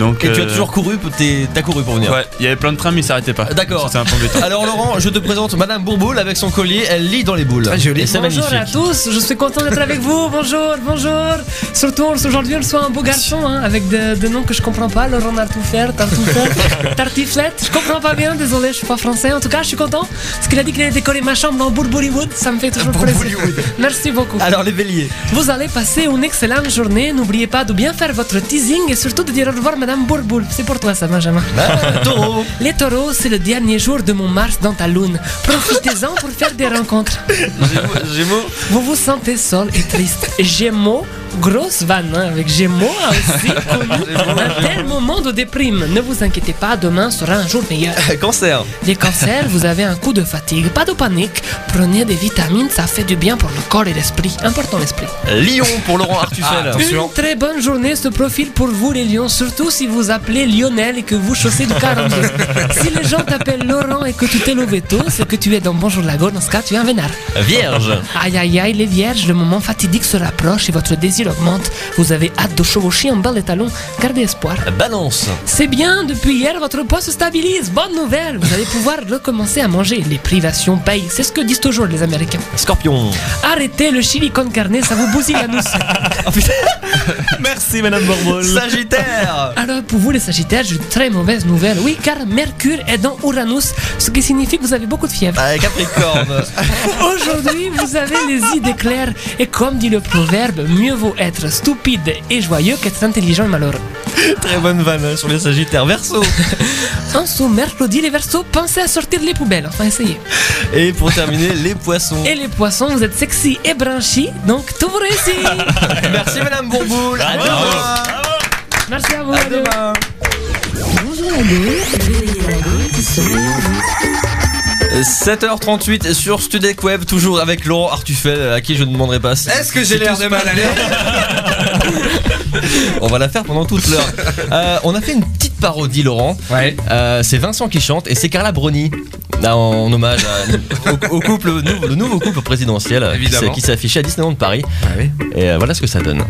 Speaker 4: Donc,
Speaker 1: Et tu as
Speaker 17: euh,
Speaker 1: toujours couru, t'es- t'as couru pour venir
Speaker 4: Ouais, il y avait plein de trains mais ils s'arrêtaient pas.
Speaker 1: D'accord.
Speaker 4: C'était un peu embêtant.
Speaker 1: Alors Laurent, je te présente Madame Bourboule avec son collier, elle lit dans les boules.
Speaker 5: Ah,
Speaker 1: Et c'est
Speaker 15: Bonjour
Speaker 1: magnifique.
Speaker 15: à tous, je suis content d'être avec vous. Bonjour, bonjour. Surtout aujourd'hui, on soit un beau garçon hein, avec des des noms que je comprends pas. Laurent Artoufer, Tartoufler, Tartiflette. Je comprends pas bien, désolé, je suis pas français. En tout cas, je suis content parce qu'il a dit qu'il allait décoller ma chambre en Bourbourg-Hollywood, Ça me fait toujours plaisir. Merci beaucoup.
Speaker 1: Alors les béliers.
Speaker 15: Vous allez passer une excellente journée. N'oubliez pas de bien faire votre teasing et surtout de dire au revoir Madame Bourboule. C'est pour toi ça, Benjamin. Les taureaux, c'est le dernier jour de mon Mars dans ta lune. Profitez-en pour faire des rencontres.
Speaker 1: Gémeaux.
Speaker 15: Vous vous sentez seul et triste. Et Gémeaux, grosse vanne hein, avec Gémeaux hein, aussi. connu. Un tel moment de déprime. Ne vous inquiétez pas, demain sera un jour meilleur.
Speaker 1: Cancer.
Speaker 15: Les cancers, vous avez un coup de fatigue, pas de panique. Prenez des vitamines, ça fait du bien pour le corps et l'esprit. Important l'esprit.
Speaker 1: Lyon pour Laurent
Speaker 5: Ah,
Speaker 1: Artufel.
Speaker 15: Une très bonne journée se profile pour vous les lions, surtout si vous appelez Lionel et que vous chaussez du 42. si les gens t'appellent Laurent et que tu t'es levé tôt, c'est que tu es dans Bonjour la Gaule, dans ce cas tu es un vénard.
Speaker 1: Vierge.
Speaker 15: Aïe aïe aïe les vierges, le moment fatidique se rapproche et votre désir
Speaker 18: il augmente. Vous avez hâte de chevaucher un bel étalon. Gardez espoir.
Speaker 1: Balance.
Speaker 18: C'est bien, depuis hier, votre poids se stabilise. Bonne nouvelle, vous allez pouvoir recommencer à manger. Les privations payent. C'est ce que disent toujours les Américains.
Speaker 1: Scorpion.
Speaker 18: Arrêtez le chili con carne, ça vous bousille la noce.
Speaker 1: Merci, Madame Borbol. Sagittaire.
Speaker 18: Alors, pour vous, les Sagittaires, j'ai une très mauvaise nouvelle. Oui, car Mercure est dans Uranus, ce qui signifie que vous avez beaucoup de fièvre.
Speaker 1: Capricorne.
Speaker 18: Aujourd'hui, vous avez les idées claires. Et comme dit le proverbe, mieux vaut être stupide et joyeux qu'être intelligent et malheureux.
Speaker 1: Très bonne vanne hein, sur les Sagittaires. Verseau.
Speaker 18: En ce mercredi, les versos, pensez à sortir les poubelles. Enfin, essayez.
Speaker 1: Et pour terminer, les poissons.
Speaker 18: Et les poissons, vous êtes sexy et branchi, donc tout vous réussit.
Speaker 1: Merci Madame Bourboule. À demain.
Speaker 18: Merci à vous.
Speaker 1: À
Speaker 18: adieu.
Speaker 1: demain.
Speaker 11: Bonjour la Gaule, réveillez la Gaule qui sommeille en vous.
Speaker 1: Euh, 7h38 sur Studec Web, toujours avec Laurent Artufel, à qui je ne demanderai pas. si-
Speaker 5: Est-ce que j'ai
Speaker 1: si
Speaker 5: l'air
Speaker 1: tout se
Speaker 5: de mal
Speaker 1: passe
Speaker 5: aller
Speaker 1: On va la faire pendant toute l'heure. Euh, on a fait une petite parodie, Laurent. Euh, c'est Vincent qui chante et c'est Carla Bruni. Là, En, en hommage à- au, au couple, nou- le nouveau couple présidentiel euh, qui
Speaker 5: Évidemment. Ah
Speaker 1: s'est- qui s'est affiché à Disneyland Paris. Et euh, voilà ce que ça donne.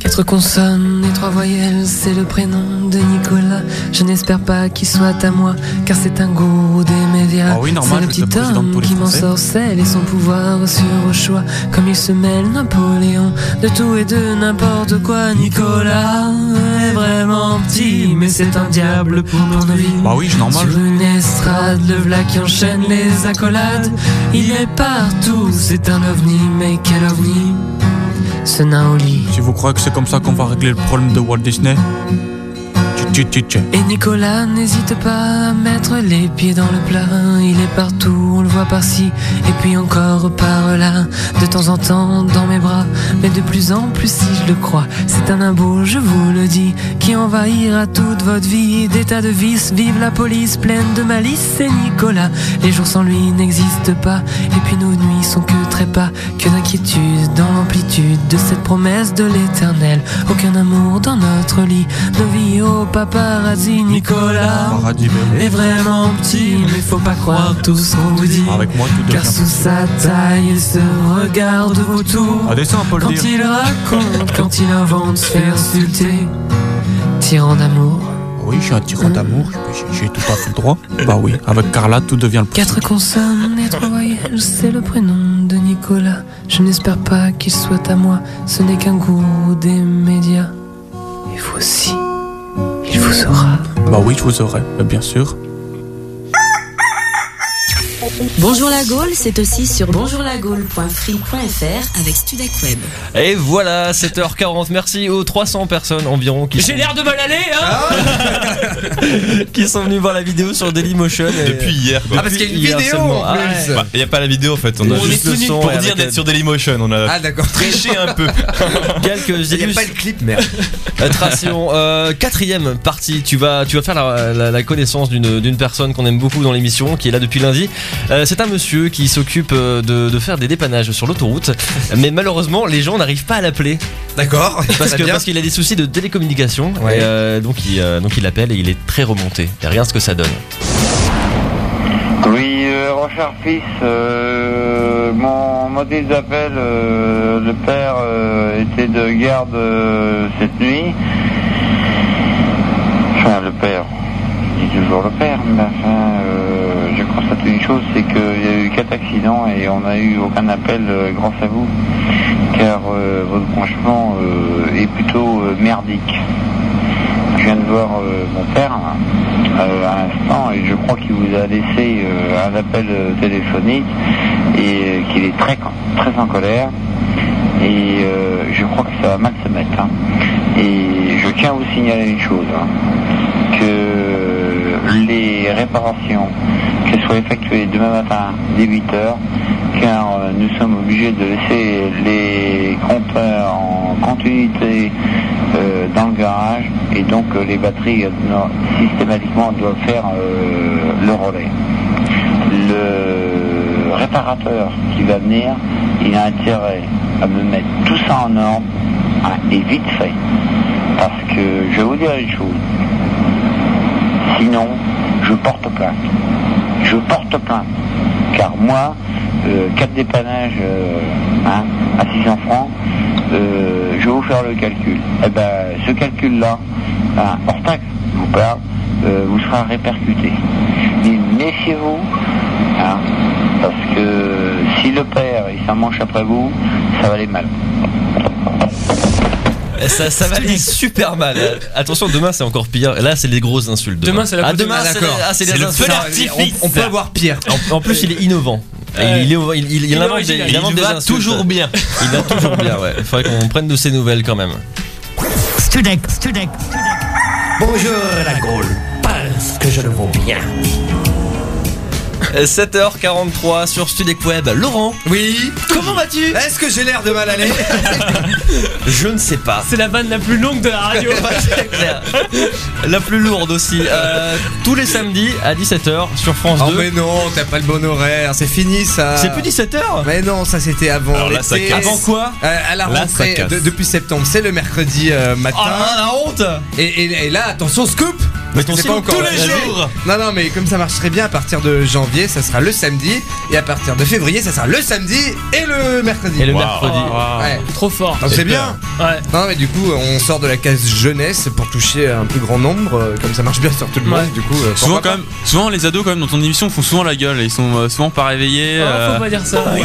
Speaker 15: Quatre consonnes et trois voyelles, c'est le prénom de Nicolas. Je n'espère pas qu'il soit à moi, car c'est un gourou des médias.
Speaker 17: Ah oui, normal,
Speaker 15: c'est
Speaker 17: vous
Speaker 15: le
Speaker 17: êtes
Speaker 15: petit
Speaker 17: le président de tous
Speaker 15: homme
Speaker 17: les
Speaker 15: qui
Speaker 17: Français.
Speaker 15: m'ensorcelle et son pouvoir sur au choix. Comme il se mêle Napoléon de tout et de n'importe quoi. Nicolas est vraiment petit, mais c'est un diable pour mon avis.
Speaker 17: Bah oui, c'est normal.
Speaker 15: Sur une estrade, le v'là qui enchaîne les accolades. Il est partout, c'est un ovni, mais quel ovni. Ce nain au lit.
Speaker 17: Si vous croyez que c'est comme ça qu'on va régler le problème de Walt Disney, tchou, tchou, tchou, tchou.
Speaker 15: Et Nicolas n'hésite pas à mettre les pieds dans le plat. Il est partout, on le voit par-ci, et puis encore par-là. De temps en temps dans mes bras, mais de plus en plus si je le crois. C'est un imbo, je vous le dis, qui envahira toute votre vie. Des tas de vices, vive la police, pleine de malice, c'est Nicolas. Les jours sans lui n'existent pas, et puis nos nuits sont que trépas, que d'inquiétude dans l'amplitude de cette promesse de l'éternel. Aucun amour dans notre lit, nos vies au paparazzi, Nicolas.
Speaker 17: Paradis, mais
Speaker 15: Est vraiment petit, mais faut pas croire tout ce qu'on vous dit.
Speaker 17: avec moi tout
Speaker 15: Car sous
Speaker 17: devient.
Speaker 15: sa taille, il se regarde autour.
Speaker 17: Ah, descends, Paul,
Speaker 15: Quand
Speaker 17: dire.
Speaker 15: il raconte, quand il invente, se fait insulter. Tyran d'amour. Euh,
Speaker 17: Oui, je suis un tyran d'amour, j'ai- j'ai tout à fait le droit. Bah oui, avec Carla, tout devient le
Speaker 15: Quatre consonnes et trois voyelles, c'est le prénom de Nicolas. Je n'espère pas qu'il soit à moi, ce n'est qu'un gourou des médias. Et vous aussi, il vous aura.
Speaker 17: Bah oui, je vous aurai, mais bien sûr.
Speaker 11: Bonjour la Gaule, c'est aussi sur bonjourlagaule.free.fr avec Studec Web.
Speaker 1: Et voilà, 7h40. Merci aux 300 personnes environ qui,
Speaker 18: J'ai
Speaker 1: sont,
Speaker 18: l'air de mal aller, hein
Speaker 1: qui sont venues voir la vidéo sur Dailymotion. et- euh,
Speaker 4: Depuis hier.
Speaker 5: Ah, parce qu'il y a une
Speaker 1: Depuis hier
Speaker 5: vidéo,
Speaker 1: seulement.
Speaker 5: en
Speaker 1: Ah,
Speaker 5: plus.
Speaker 1: ouais.
Speaker 4: Bah, Il n'y a pas la vidéo en fait, on a
Speaker 1: On
Speaker 4: juste
Speaker 1: est
Speaker 4: le
Speaker 1: tout
Speaker 4: son
Speaker 1: nus
Speaker 4: pour
Speaker 1: pour
Speaker 4: dire
Speaker 1: avec
Speaker 4: d'être
Speaker 1: un-
Speaker 4: sur Dailymotion. On a
Speaker 5: Ah d'accord.
Speaker 4: triché un peu.
Speaker 1: Quelques
Speaker 5: Il n'y a pas
Speaker 1: illustrations.
Speaker 5: le clip, merde.
Speaker 1: Euh, Tracion, euh, quatrième partie, tu vas, tu vas faire la, la- la connaissance d'une d'une personne qu'on aime beaucoup dans l'émission, qui est là depuis lundi. Euh, c'est un monsieur qui s'occupe euh, de, de faire des dépannages sur l'autoroute, mais malheureusement les gens n'arrivent pas à l'appeler
Speaker 5: D'accord.
Speaker 1: parce
Speaker 5: Très
Speaker 1: que-
Speaker 5: bien.
Speaker 1: parce qu'il a des soucis de télécommunication.
Speaker 5: Ouais.
Speaker 1: Et, euh, donc il euh, donc il appelle et il est très remonté. Et regarde ce que ça donne.
Speaker 19: Oui, euh, Rochard Fils, euh, mon modèle d'appel, euh, le père euh, était de garde euh, cette nuit. Enfin, le père, je dis toujours le père, mais enfin, euh, je constate une chose, c'est qu'il y a eu quatre accidents et on n'a eu aucun appel euh, grâce à vous, car euh, votre branchement euh, est plutôt euh, merdique. Je viens de voir euh, mon père euh, à l'instant et je crois qu'il vous a laissé euh, un appel euh, téléphonique et euh, qu'il est très, très en colère. Et euh, je crois que ça va mal se mettre. hein. Et je tiens à vous signaler une chose, hein, que euh, les réparations, qu'elles soient effectuées demain matin dès 8h, car euh, nous sommes obligés de laisser les compteurs en continuité euh, dans le garage et donc euh, les batteries euh, no- systématiquement doivent faire euh, le relais. Le réparateur qui va venir, il a intérêt à me mettre tout ça en ordre hein, et vite fait. Parce que je vais vous dire une chose. Sinon, je porte plainte. Je porte plainte. Car moi, euh, 4 dépannages euh, hein, à 600 francs, euh, je vais vous faire le calcul. Eh ben, ce calcul-là, hein, hors taxe, je vous parle, euh, vous sera répercuté. Mais méfiez-vous, hein, parce que si le père, il s'en manche après vous, ça va aller mal.
Speaker 1: Euh, Ça, ça va aller super mal. Euh, Attention, demain c'est encore pire. Là, c'est les grosses insultes.
Speaker 3: Demain, c'est la
Speaker 1: Ah,
Speaker 3: coutume.
Speaker 1: demain,
Speaker 3: Ah,
Speaker 1: c'est
Speaker 3: d'accord.
Speaker 1: les- ah, c'est
Speaker 3: C'est
Speaker 1: les
Speaker 3: le
Speaker 1: insultes.
Speaker 3: feu d'artifice.
Speaker 1: On, on peut avoir pire. En, en plus, il est innovant. Et
Speaker 3: Ouais.
Speaker 1: Il, est, il, il,
Speaker 3: Il est
Speaker 1: invente des,
Speaker 3: original.
Speaker 1: il invente
Speaker 3: Il
Speaker 1: des
Speaker 3: va
Speaker 1: insultes.
Speaker 3: toujours bien.
Speaker 1: Il va toujours bien, ouais. Il faudrait qu'on prenne de ses nouvelles quand même.
Speaker 2: Studek, Studek, Studek. Bonjour la Gaule, parce que je le vaux bien.
Speaker 1: Euh, 7h43 sur Studec Web. Laurent
Speaker 5: Oui
Speaker 1: Comment vas-tu
Speaker 5: Est-ce que j'ai l'air de mal aller
Speaker 1: Je ne sais pas.
Speaker 3: C'est la vanne la plus longue de la radio.
Speaker 1: La plus lourde aussi. Euh, tous les samedis à 17h sur France 2.
Speaker 5: Oh mais non, t'as pas le bon horaire, c'est fini ça.
Speaker 1: C'est plus 17h
Speaker 5: Mais non, ça c'était avant.
Speaker 1: Alors là, ça
Speaker 5: l'été.
Speaker 1: casse. Avant quoi
Speaker 5: Euh, À la
Speaker 1: Là,
Speaker 5: rentrée,
Speaker 1: ça casse.
Speaker 5: de- depuis septembre, c'est le mercredi euh,
Speaker 3: Ah,
Speaker 5: matin.
Speaker 1: Oh là, la honte
Speaker 5: et, et- et là, attention, scoop
Speaker 1: Mais
Speaker 5: Parce que
Speaker 1: ton
Speaker 5: c'est pas
Speaker 1: scoop
Speaker 5: encore
Speaker 1: tous les
Speaker 5: réglé.
Speaker 1: jours.
Speaker 5: Non, non, mais comme ça marche très bien, à partir de janvier, ça sera le samedi. Et à partir de février, ça sera le samedi et le mercredi.
Speaker 1: Et le mercredi.
Speaker 5: Ouais.
Speaker 3: Trop fort.
Speaker 5: Donc, C'est bien.
Speaker 3: Ouais.
Speaker 5: Non mais du coup on sort de la case jeunesse pour toucher un plus grand nombre euh, comme ça marche bien sur tout le monde du coup euh,
Speaker 17: Souvent
Speaker 5: pourquoi
Speaker 17: quand
Speaker 5: pas.
Speaker 17: même, souvent les ados quand même dans ton émission font souvent la gueule, ils sont euh, souvent pas réveillés.
Speaker 3: Ah,
Speaker 17: euh,
Speaker 3: faut pas dire ça.
Speaker 5: Ouais,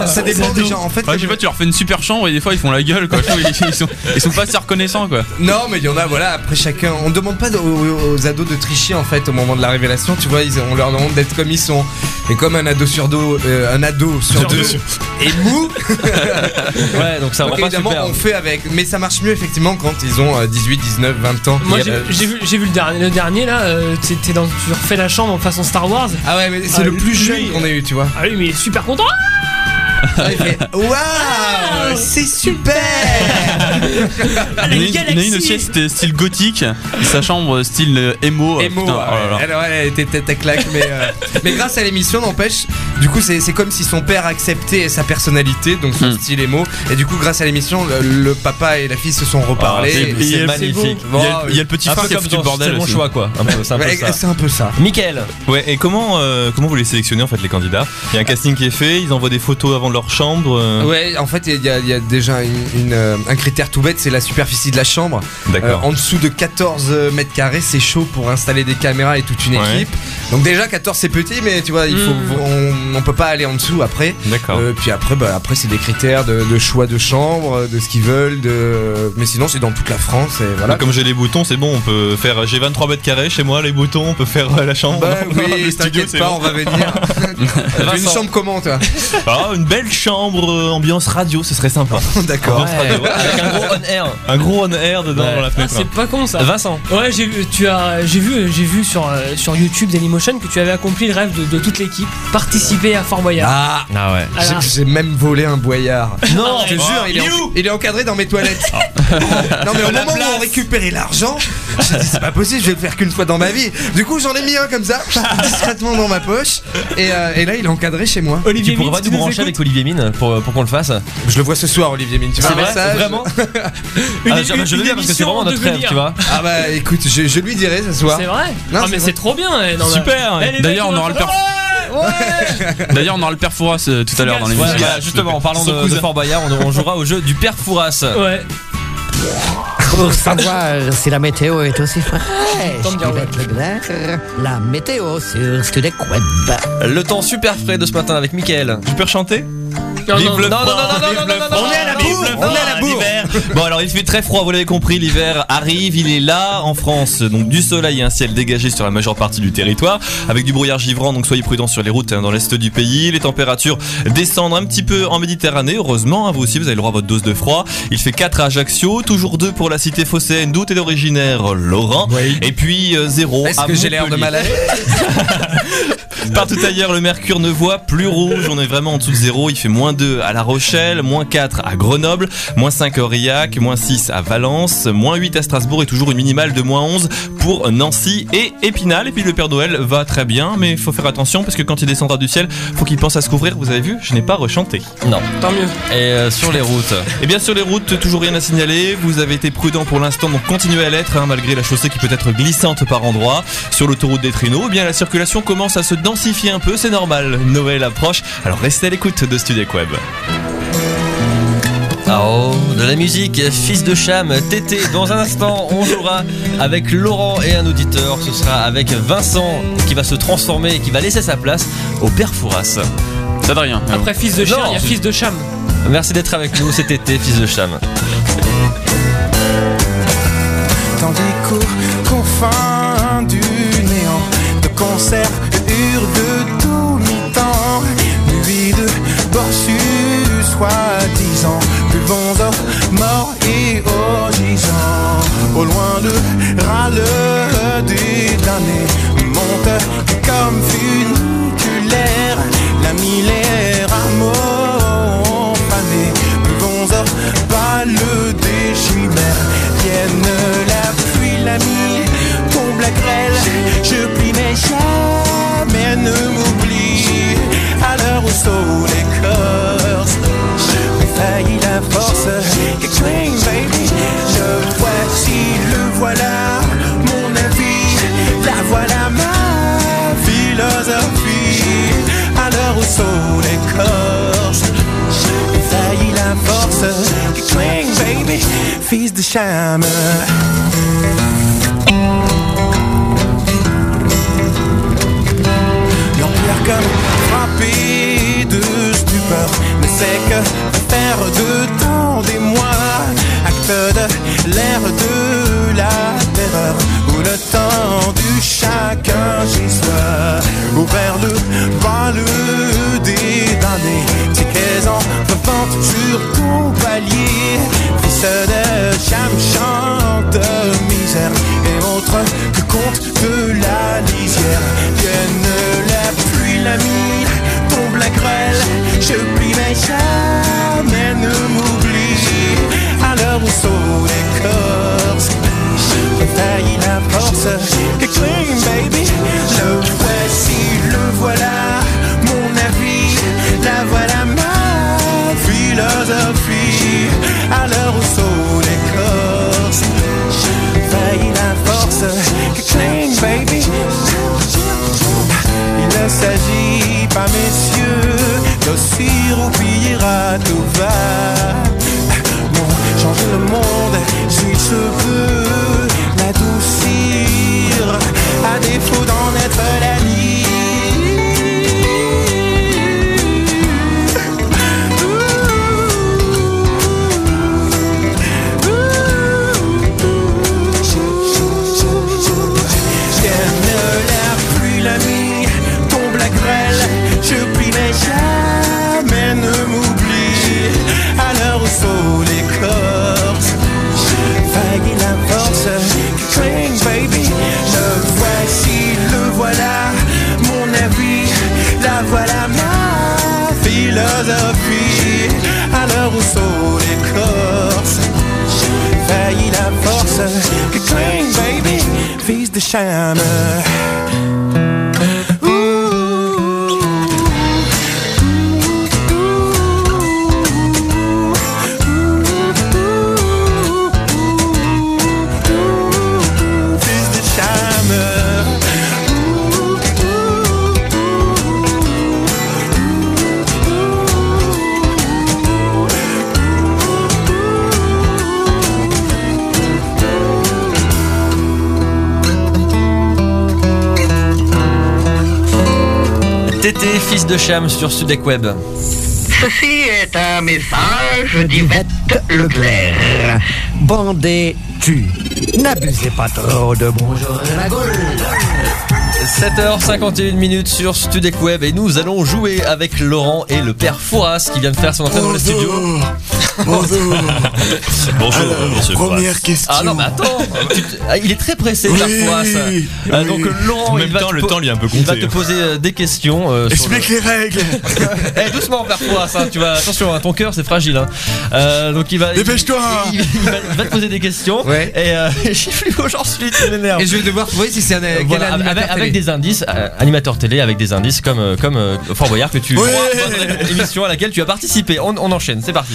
Speaker 5: ça, ça dépend des gens en fait
Speaker 17: Ouais, je sais pas, tu leur fais une super chambre et des fois ils font la gueule quoi. Je trouve, ils, ils sont, ils sont pas assez reconnaissants quoi.
Speaker 5: Non, mais il y en a, voilà, après chacun. On demande pas aux, aux ados de tricher en fait au moment de la révélation, tu vois, ils- on leur demande d'être comme ils sont. Et comme un ado sur dos, euh, un ado sur deux est mou,
Speaker 1: Ouais, donc ça
Speaker 5: donc
Speaker 1: rend pas
Speaker 5: évidemment
Speaker 1: super.
Speaker 5: on fait avec. Mais ça marche mieux effectivement quand ils ont euh, 18, 19, 20 ans.
Speaker 3: Moi
Speaker 5: Et,
Speaker 3: j'ai
Speaker 5: euh,
Speaker 3: j'ai vu, j'ai vu le dernier, le dernier là, euh, t'es- t'es dans, tu refais la chambre en façon Star Wars.
Speaker 5: Ah ouais, mais c'est le plus jeune qu'on ait eu, tu vois.
Speaker 3: Ah oui, mais il est super content. Ah
Speaker 5: Ah, il fait, Waouh, c'est super! Ah,
Speaker 17: Il y en a une- il y en a une aussi, c'était style gothique, et sa chambre euh, style euh, emo. euh,
Speaker 5: Emo,
Speaker 17: putain,
Speaker 5: ouais.
Speaker 17: oh là là.
Speaker 5: Elle, ouais, elle était tête à claque, mais, euh, mais grâce à l'émission, n'empêche, du coup, c'est c'est comme si son père acceptait sa personnalité, donc son
Speaker 1: Hmm.
Speaker 5: style émo, et du coup, grâce à l'émission, le, le papa et la fille se sont reparlés.
Speaker 1: Ah, c'est- c'est magnifique.
Speaker 5: Bon,
Speaker 1: Il y a- il y a le petit
Speaker 5: un
Speaker 1: phare
Speaker 5: peu
Speaker 1: qui a
Speaker 5: comme
Speaker 1: foutu le
Speaker 5: dans-
Speaker 1: bordel
Speaker 5: C'est mon
Speaker 1: aussi.
Speaker 5: choix, quoi.
Speaker 1: Un peu, c'est un peu
Speaker 5: Ouais,
Speaker 1: ça.
Speaker 5: C'est un peu ça.
Speaker 1: Mickaël
Speaker 4: Ouais, et comment, euh, comment vous les sélectionnez en fait les candidats Il y a un casting qui est fait, ils envoient des photos avant leur chambre. euh,
Speaker 5: Ouais, en fait, il y, a- il y a déjà une- une, euh, un critère tout bête, c'est la superficie de la chambre.
Speaker 4: D'accord.
Speaker 5: Euh, en dessous de 14 mètres carrés, c'est chaud pour installer des caméras et toute une équipe.
Speaker 4: Ouais.
Speaker 5: Donc déjà 14 c'est petit, mais tu vois, il faut, on, on peut pas aller en dessous après.
Speaker 4: D'accord.
Speaker 5: Euh, puis après, bah, après c'est des critères de, de choix de chambre, de ce qu'ils veulent, de. Mais sinon c'est dans toute la France et voilà.
Speaker 4: Donc, Comme j'ai les boutons, c'est bon, on peut faire. euh, J'ai 23 mètres carrés chez moi, les boutons, on peut faire euh, la chambre.
Speaker 5: Bah
Speaker 4: Non, non, le
Speaker 5: oui,
Speaker 4: studio,
Speaker 5: t'inquiète
Speaker 4: c'est
Speaker 5: pas,
Speaker 4: bon.
Speaker 5: on va venir. Tu veux une chambre comment toi
Speaker 4: Ah, une belle chambre euh, ambiance radio, ce serait sympa.
Speaker 5: D'accord.
Speaker 4: Ambiance radio, ouais, avec un gros-
Speaker 1: on-air.
Speaker 4: un gros on air dedans
Speaker 1: Ouais.
Speaker 4: dans la
Speaker 3: Ah,
Speaker 4: fenêtre.
Speaker 3: c'est pas con ça.
Speaker 1: Vincent
Speaker 3: Ouais, j'ai vu- tu as, j'ai vu, j'ai vu sur euh, sur YouTube Dailymotion que tu avais accompli le rêve de, de toute l'équipe, participer à Fort Boyard.
Speaker 5: Ah
Speaker 1: Ah ouais.
Speaker 5: J'ai-
Speaker 3: Alors-
Speaker 5: J'ai même volé un boyard.
Speaker 1: Non,
Speaker 5: je te jure, il est, en- il est encadré dans mes toilettes. non, mais au moment où on récupérait l'argent, j'ai dit c'est pas possible, je vais le faire qu'une fois dans ma vie. Du coup, j'en ai mis un comme ça, discrètement dans ma poche, et, euh, et là, il est encadré chez moi.
Speaker 1: tu pourrais pas nous brancher avec Olivier Mine pour, pour qu'on le fasse
Speaker 5: Je le vois ce soir, Olivier Mine. Tu
Speaker 1: C'est
Speaker 5: veux un
Speaker 1: vrai
Speaker 5: message
Speaker 1: Vraiment
Speaker 3: Une-
Speaker 1: Ah, je-
Speaker 3: une-
Speaker 1: Je le
Speaker 3: une
Speaker 1: dis parce que c'est
Speaker 3: émission
Speaker 1: vraiment notre
Speaker 3: de
Speaker 1: rêve,
Speaker 3: venir.
Speaker 1: tu vois.
Speaker 5: Ah bah écoute, je, je lui dirai ce soir.
Speaker 3: C'est vrai.
Speaker 5: Non,
Speaker 3: ah
Speaker 5: c'est
Speaker 3: mais
Speaker 5: vrai.
Speaker 3: c'est trop bien. eh, non,
Speaker 17: Super.
Speaker 3: mais- Eh, les mecs,
Speaker 17: D'ailleurs,
Speaker 3: ils
Speaker 17: on
Speaker 3: vont
Speaker 17: aura le
Speaker 3: faire-
Speaker 17: D'ailleurs, on aura le père Fouras euh, tout à l'heure dans
Speaker 1: Ouais,
Speaker 17: l'émission.
Speaker 1: voilà, justement, en parlant
Speaker 17: Son
Speaker 1: de, de
Speaker 17: cousin.
Speaker 1: Fort Boyard, on, on jouera au jeu du père Fouras.
Speaker 3: Ouais.
Speaker 2: Pour savoir si la météo est aussi fraîche
Speaker 3: Tant bien,
Speaker 2: qu'Yvette Leclerc, la météo sur Studek Web.
Speaker 1: Le temps super frais de ce matin avec Mickaël.
Speaker 4: Tu peux rechanter
Speaker 3: Non,
Speaker 1: Vive
Speaker 3: non,
Speaker 1: le
Speaker 3: non,
Speaker 1: froid,
Speaker 3: non, non, non,
Speaker 1: vive
Speaker 3: non,
Speaker 1: le
Speaker 3: non, non,
Speaker 1: froid,
Speaker 3: non, non,
Speaker 1: vive le
Speaker 3: non,
Speaker 1: froid,
Speaker 3: non, non,
Speaker 1: l'hiver.
Speaker 4: Ah, Bon alors il fait très froid, vous l'avez compris, l'hiver arrive, il est là en France, donc du soleil et un ciel dégagé sur la majeure partie du territoire, avec du brouillard givrant, donc soyez prudents sur les routes hein, dans l'est du pays, les températures descendent un petit peu en Méditerranée, heureusement, hein, vous aussi vous avez le droit à votre dose de froid, il fait 4 à Ajaccio, toujours 2 pour la cité phocéenne d'où est originaire Laurent, et puis euh, 0
Speaker 1: Ah,
Speaker 5: Est-ce que j'ai l'air de mal aller
Speaker 4: Partout ailleurs, le mercure ne voit plus rouge. On est vraiment en dessous de zéro. Il fait moins 2 à La Rochelle, moins 4 à Grenoble, moins 5 à Aurillac, moins 6 à Valence, moins 8 à Strasbourg et toujours une minimale de moins 11 pour Nancy et Épinal. Et puis le Père Noël va très bien, mais il faut faire attention parce que quand il descendra du ciel, faut qu'il pense à se couvrir. Vous avez vu, je n'ai pas rechanté.
Speaker 1: Non.
Speaker 4: Tant mieux.
Speaker 1: Et euh, sur les routes.
Speaker 4: Et bien sur les routes, toujours rien à signaler. Vous avez été prudent pour l'instant, donc continuez à l'être, hein, malgré la chaussée qui peut être glissante par endroits. Sur l'autoroute des Trineaux, eh bien la circulation commence à se densifier un peu, c'est normal. Noël approche, alors restez à l'écoute de Studec Web.
Speaker 1: Ah oh, de la musique, fils de cham, tété. Dans un instant, on jouera avec Laurent et un auditeur. Ce sera avec Vincent qui va se transformer et qui va laisser sa place au père Fouras.
Speaker 17: Ça va rien.
Speaker 3: Après fils de chien, il y a fils de cham.
Speaker 1: Merci d'être avec nous cet été, fils de cham.
Speaker 18: dans des cours confins du néant, de concerts, de hurles de tout mi-temps, nuit de borsus, soi-disant, buvons aux morts et aux gisants, au loin le râle des damnés, monte comme funiculaire, la millaire amour fané, buvons aux balles des chimères. Vienne la pluie, la mie, tombe la grêle. Je plie, mais jamais ne m'oublie. À l'heure où sont les corses, j'ai failli la force. Extreme, baby, le voici, le voilà, mon avis. La voilà ma philosophie. À l'heure où sont les corses, j'ai failli la force. Extreme, baby, fils de chame. L'empire comme frappé de stupeur ne sait que faire de temps des mois. Acte de l'ère de la terreur où le temps du chacun chez soi. Ouvert le bal des damnés, tickets en revente sur ton palier. Fils de cham chante de misère et montre que compte de la lisière. Vienne la pluie, la mine, tombe la grêle. Je plie mais jamais ne m'oublie. À l'heure où sont les corses, j'ai failli la force. Que clean baby, le voici, le voilà. Mon avis, la voilà ma philosophie. À l'heure où sont les corses, j'ai failli la force. Que clean baby. Il ne s'agit pas, messieurs, de s'y à tout va. Bon, changer le monde si je veux l'adoucir, à défaut d'en être la J'aime la pluie, la mie, tombe la grêle. Je prie, mais jamais ne m'oublie. À l'heure où sont les corses, j'ai failli la force. Cling, baby, le voici, le voilà. Mon avis, la voilà ma philosophie. À l'heure où sont les corses, j'ai failli la force. Cling, baby, fils de chambre. Fils de chameur.
Speaker 1: Tété, fils de cham sur Sudec Web.
Speaker 9: Ceci est un message d'Yvette Leclerc.
Speaker 2: Bandez-tu. N'abusez pas trop de bonjour à la Gaule.
Speaker 1: 7h51 minutes sur Studec Web et nous allons jouer avec Laurent et le père Fouras qui vient de faire son entrée dans le studio.
Speaker 20: Bonjour.
Speaker 1: Bonjour,
Speaker 20: Alors,
Speaker 1: monsieur
Speaker 20: Première
Speaker 1: Fouras.
Speaker 20: question.
Speaker 1: Ah non, mais attends, tu- ah, il est très pressé,
Speaker 20: Oui,
Speaker 1: père Fouras. Ah, donc
Speaker 20: oui.
Speaker 1: Laurent,
Speaker 20: En même
Speaker 1: il va
Speaker 20: temps,
Speaker 1: te
Speaker 20: le
Speaker 1: po-
Speaker 20: temps lui a un peu
Speaker 1: Il va
Speaker 20: compté,
Speaker 1: te
Speaker 20: hein.
Speaker 1: poser euh, des questions. euh, sur
Speaker 20: Explique
Speaker 1: le-
Speaker 20: les règles.
Speaker 1: Eh, doucement, père Fouras, hein, tu vas attention, hein, ton cœur c'est fragile. hein. Euh, donc il va. Dépêche-toi. Il, il va, il va te poser des questions. Et euh, j'ai plus aujourd'hui, tu m'énerves.
Speaker 5: Et je vais devoir trouver si c'est un. quel
Speaker 1: Voilà,
Speaker 5: animateur
Speaker 1: avec,
Speaker 5: télé.
Speaker 1: avec des indices, euh, animateur télé avec des indices comme, euh, comme euh, Fort Boyard que tu
Speaker 20: Ouais.
Speaker 1: Bonne émission à laquelle tu as participé. On, on enchaîne, c'est parti.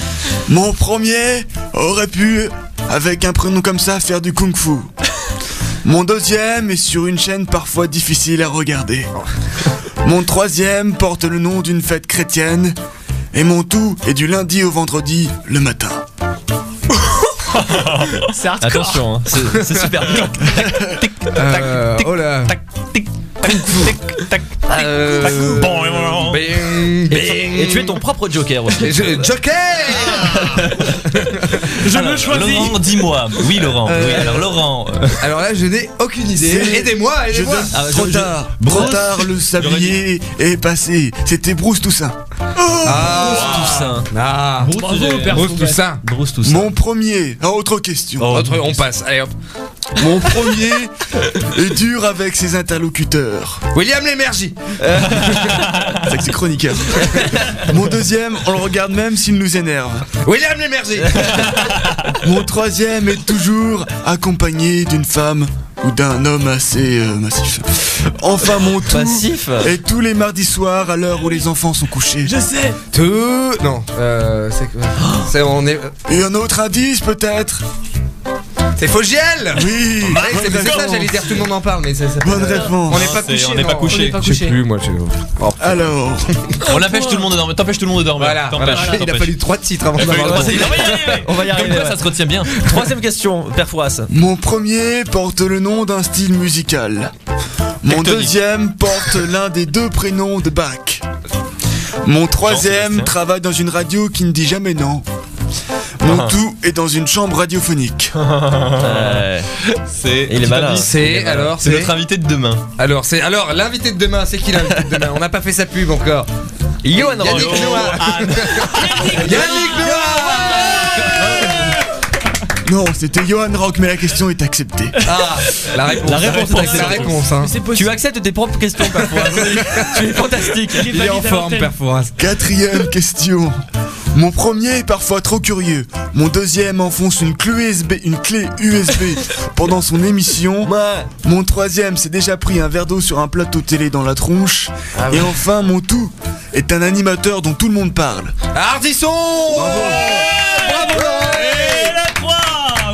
Speaker 20: Mon premier aurait pu, avec un prénom comme ça, faire du kung fu. Mon deuxième est sur une chaîne parfois difficile à regarder. Mon troisième porte le nom d'une fête chrétienne. Et mon tout est du lundi au vendredi, le matin.
Speaker 3: C'est
Speaker 1: Attention, hein, c'est c'est super dur.
Speaker 5: Euh, oh là. Euh,
Speaker 1: Et, tu- et tu es ton propre Joker aussi.
Speaker 5: Joker
Speaker 1: Je
Speaker 4: Alors,
Speaker 1: me choisis.
Speaker 4: Laurent, dis-moi. Oui, Laurent.
Speaker 5: Euh,
Speaker 4: Oui, alors Laurent.
Speaker 5: Alors là, je n'ai aucune idée.
Speaker 20: C'est-
Speaker 5: Aidez-moi,
Speaker 20: Je
Speaker 5: aidez-moi.
Speaker 20: donne-
Speaker 1: Ah
Speaker 20: Trop tard, trop tard, le sablier est passé. C'était Bruce Toussaint.
Speaker 5: Ah, Bruce Toussaint. Ah,
Speaker 20: Bruce,
Speaker 5: Bravo, euh, père Bruce Fougas. Toussaint.
Speaker 1: Bruce
Speaker 20: Toussaint. Mon premier. Ah, autre question.
Speaker 5: Autre- on passe. Allez hop.
Speaker 20: Mon premier est dur avec ses interlocuteurs.
Speaker 5: William Lémergie.
Speaker 20: C'est que c'est chroniqueur. Mon deuxième, on le regarde même s'il nous énerve.
Speaker 5: William Lémergie.
Speaker 20: Mon troisième est toujours accompagné d'une femme ou d'un homme assez euh, massif. Enfin mon tout
Speaker 1: Massif
Speaker 20: est tous les mardis soirs à l'heure où les enfants sont couchés.
Speaker 3: Je sais.
Speaker 5: Tout. Non. Euh, c'est. c'est- on est.
Speaker 20: Et un autre indice peut-être
Speaker 5: C'est Fogiel.
Speaker 20: Oui.
Speaker 5: Ouais, Bah, c'est c'est ça, j'allais dire tout le monde en parle, mais c'est ça.
Speaker 20: Bonne réponse.
Speaker 5: On n'est pas
Speaker 4: C'est-
Speaker 5: couché. Oh,
Speaker 4: on n'est pas couché. On n'est pas
Speaker 5: Je sais
Speaker 4: couché.
Speaker 5: plus, moi. je-
Speaker 20: Alors,
Speaker 4: On l'empêche tout le monde de dormir. T'empêches tout le monde de dormir.
Speaker 5: Voilà,
Speaker 4: T'empêches,
Speaker 5: voilà. Il a
Speaker 4: t'empêches.
Speaker 5: fallu trois titres avant
Speaker 4: Il a fallu
Speaker 5: d'avoir
Speaker 4: trois
Speaker 5: le
Speaker 4: titres.
Speaker 5: droit.
Speaker 4: On va y arriver.
Speaker 1: On va y arriver,
Speaker 4: Comme quoi,
Speaker 1: ouais.
Speaker 4: ça se retient bien.
Speaker 1: Troisième question, Père Fouras.
Speaker 20: Mon premier porte le nom d'un style musical. Mon
Speaker 4: Tectonique.
Speaker 20: deuxième porte l'un des deux prénoms de Bach. Mon troisième travaille dans une radio qui ne dit jamais non. Mon
Speaker 5: Ah.
Speaker 20: tout est dans une chambre radiophonique.
Speaker 4: Euh, C'est.
Speaker 1: Il est malin.
Speaker 5: C'est- alors,
Speaker 4: C'est
Speaker 5: c'est-
Speaker 4: notre invité de demain.
Speaker 5: Alors, c'est alors l'invité de demain, c'est qui l'invité de demain On n'a pas fait sa pub encore. Johan Roche. Yannick Noah. Yannick
Speaker 20: Non, c'était Johan Rock, mais la question est acceptée.
Speaker 5: Ah, la réponse.
Speaker 1: La réponse,
Speaker 5: la
Speaker 1: est
Speaker 5: réponse.
Speaker 1: acceptée.
Speaker 5: La réponse, hein.
Speaker 1: Tu acceptes tes propres questions, Père Fouras. tu es fantastique.
Speaker 5: Il est en forme, Père Fouras.
Speaker 20: Quatrième question. Mon premier est parfois trop curieux. Mon deuxième enfonce une clé USB, une clé USB pendant son émission. Mon troisième s'est déjà pris un verre d'eau sur un plateau télé dans la tronche. Et enfin, mon tout est un animateur dont tout le monde parle.
Speaker 5: Ardisson Bravo
Speaker 4: Ah,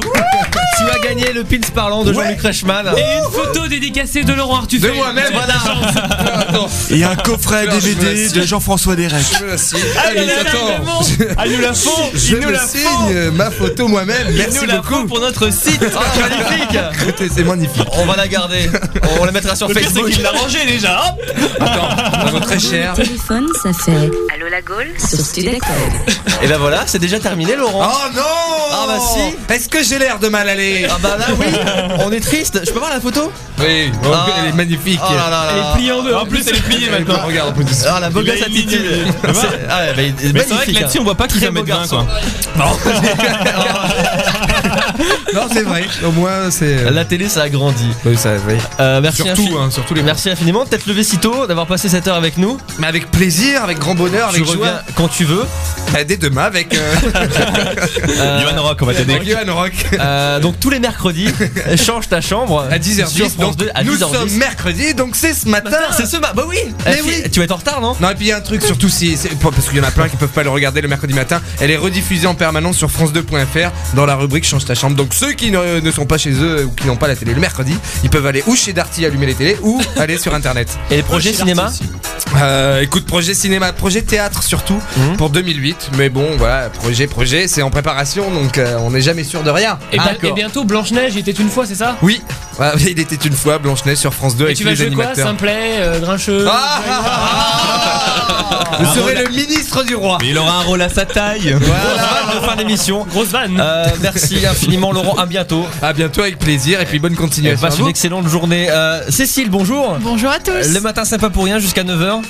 Speaker 1: Tu as gagné le pins parlant de Jean-Luc Reichmann.
Speaker 3: Et une photo dédicacée de Laurent Artufel.
Speaker 5: De moi-même, voilà.
Speaker 20: Et un coffret
Speaker 5: Alors, je me
Speaker 20: DVD
Speaker 5: la
Speaker 20: de Jean-François Derek.
Speaker 5: Je me la signe.
Speaker 3: Ah, il
Speaker 5: Allez,
Speaker 3: est là,
Speaker 5: attends.
Speaker 3: évidemment. Ah, il nous la faut. Il
Speaker 5: Je
Speaker 3: nous
Speaker 5: me
Speaker 3: la
Speaker 5: signe ma photo moi-même. Merci beaucoup.
Speaker 4: pour notre site.
Speaker 1: Ah, magnifique
Speaker 5: Écoutez, C'est magnifique.
Speaker 1: On va la garder. On la mettra sur
Speaker 4: Le pire, c'est
Speaker 1: Facebook.
Speaker 4: qu'il l'a rangé déjà. Hop.
Speaker 5: Vraiment très cher.
Speaker 12: Téléphone, ça fait. Allô la Gaule Sur Studec Web.
Speaker 1: Et ben voilà, c'est déjà terminé,
Speaker 5: Oh
Speaker 1: Laurent.
Speaker 5: non
Speaker 1: Ah bah si.
Speaker 5: Est-ce que j'ai l'air de mal aller
Speaker 1: Ah bah là, oui. On est triste. Je peux voir la photo
Speaker 5: Oui,
Speaker 4: Oh,
Speaker 1: Ah.
Speaker 5: elle est magnifique.
Speaker 1: Oh là là là. là.
Speaker 3: Elle est pliée en deux.
Speaker 4: En plus, elle est pliée maintenant.
Speaker 5: Regarde, on peut dire-
Speaker 1: Ah la beau
Speaker 4: Il a
Speaker 1: gosse
Speaker 4: une ligne.
Speaker 1: attitude.
Speaker 4: Tu vois
Speaker 1: C'est- Ah ouais, bah, il
Speaker 4: Mais c'est vrai
Speaker 1: est
Speaker 4: que
Speaker 1: magnifique, hein.
Speaker 4: là-dessus, on voit pas qui
Speaker 1: Très
Speaker 4: va
Speaker 1: beau
Speaker 4: mettre 20
Speaker 1: garçon.
Speaker 4: quoi.
Speaker 5: Non, c'est vrai. Au moins, c'est. euh,
Speaker 1: La télé, ça a grandi.
Speaker 5: Oui, ça, oui.
Speaker 1: Euh, merci
Speaker 5: Surtout,
Speaker 1: infi-
Speaker 5: hein, surtout les
Speaker 1: Merci infiniment de t'être levé si tôt, d'avoir passé cette heure avec nous.
Speaker 5: Mais avec plaisir, avec grand bonheur,
Speaker 1: tu
Speaker 5: avec
Speaker 1: reviens
Speaker 5: joie.
Speaker 1: quand tu veux.
Speaker 5: Euh, Dès demain avec euh,
Speaker 1: Euh,
Speaker 4: Johan Rock, on va t'aider.
Speaker 5: avec Johan Rock
Speaker 1: euh, donc tous les mercredis, change ta chambre
Speaker 5: à 10h10.
Speaker 1: sur France
Speaker 5: Donc,
Speaker 1: 2 à
Speaker 5: nous
Speaker 1: 10h10.
Speaker 5: sommes mercredi, donc c'est ce matin.
Speaker 1: C'est ce ma- bah oui.
Speaker 5: Mais
Speaker 1: Eh,
Speaker 5: oui.
Speaker 1: Tu vas être en retard non
Speaker 5: Non, et puis il y a un truc surtout si. c'est- Parce qu'il y en a plein qui peuvent pas le regarder le mercredi matin. Elle est rediffusée en permanence sur France2.fr dans la rubrique Change ta chambre. Donc ceux qui ne, ne sont pas chez eux ou qui n'ont pas la télé le mercredi, ils peuvent aller ou chez Darty allumer les télés ou aller sur internet.
Speaker 1: Et les projets cinéma
Speaker 5: Euh, écoute, projet cinéma, projet théâtre surtout
Speaker 1: Mhm.
Speaker 5: pour 2008. Mais bon, voilà, projet, projet, c'est en préparation donc euh, on n'est jamais sûr de rien.
Speaker 3: Et,
Speaker 1: Ah,
Speaker 3: bien-
Speaker 1: d'accord.
Speaker 3: et bientôt Blanche Neige était une fois, c'est ça
Speaker 5: Oui, Ah, mais il était une fois Blanche-Neige sur France 2
Speaker 3: Et
Speaker 5: avec
Speaker 3: tu
Speaker 5: tous
Speaker 3: vas
Speaker 5: les
Speaker 3: jouer quoi
Speaker 5: animateurs. Ah
Speaker 3: Simplet, euh, Grincheux ah,
Speaker 5: Vous serez le ministre du roi.
Speaker 4: Mais il aura un rôle à sa taille.
Speaker 1: Voilà, de fin d'émission. Euh,
Speaker 3: Grosse vanne.
Speaker 1: merci infiniment, Laurent. À bientôt. Eh,
Speaker 5: À Ah, bientôt avec plaisir et puis bonne
Speaker 3: Eh,
Speaker 5: continuation.
Speaker 1: Passe
Speaker 5: à vous.
Speaker 1: une excellente journée. Euh, Cécile, bonjour.
Speaker 15: Bonjour à tous.
Speaker 1: Le matin sympa pour rien jusqu'à 9h.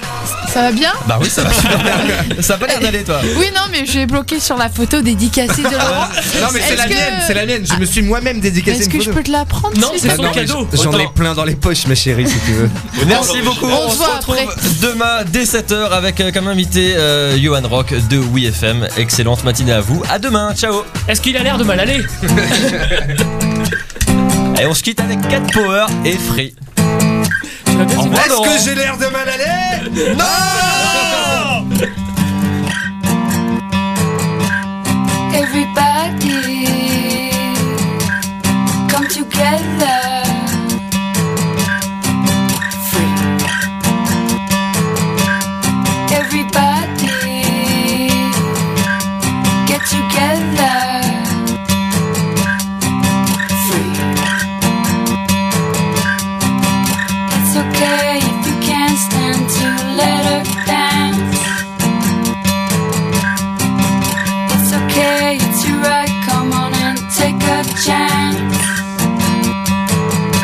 Speaker 15: Ça va bien
Speaker 1: Bah oui, ça va. super bien. ça a pas l'air d'aller, toi.
Speaker 15: Oui, non, mais j'ai bloqué sur la photo dédicacée de Laurent.
Speaker 5: Non mais c'est
Speaker 15: Est-ce
Speaker 5: la
Speaker 15: que-
Speaker 5: mienne, c'est la mienne. Je me suis moi-même dédicacé
Speaker 15: Est-ce
Speaker 5: une
Speaker 15: que je
Speaker 5: photo.
Speaker 15: peux te la prendre s'il te plaît
Speaker 5: Ah non, mais J'en ai plein dans les poches, ma chérie, si tu veux.
Speaker 1: Merci beaucoup.
Speaker 15: On se voit
Speaker 1: retrouve
Speaker 15: après.
Speaker 1: demain dès 7h avec euh, comme invité euh, Johan Rock de WeFM. Excellente matinée à vous. À demain. Ciao.
Speaker 3: Est-ce qu'il a l'air de mal aller
Speaker 1: Et on se quitte avec Cat Power et Free. Au revoir,
Speaker 5: Est-ce
Speaker 1: Laurent.
Speaker 5: que j'ai l'air de mal aller Ah Non
Speaker 12: Everybody come together. Free. Everybody get together. Free. It's okay if you can't stand to let her dance. It's okay, it's your right. Come on and take a chance.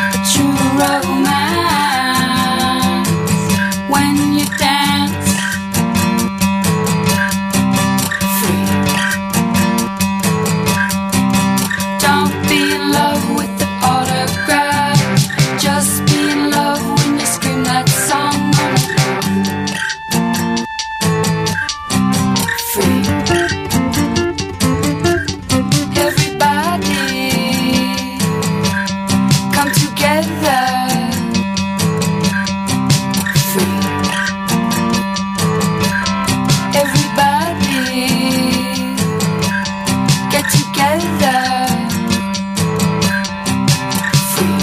Speaker 12: A true romance when you dance. Free. Don't be in love with the autograph. Just be in love when you scream that song. Free. Everybody, come together. Free. Everybody, get together. Free.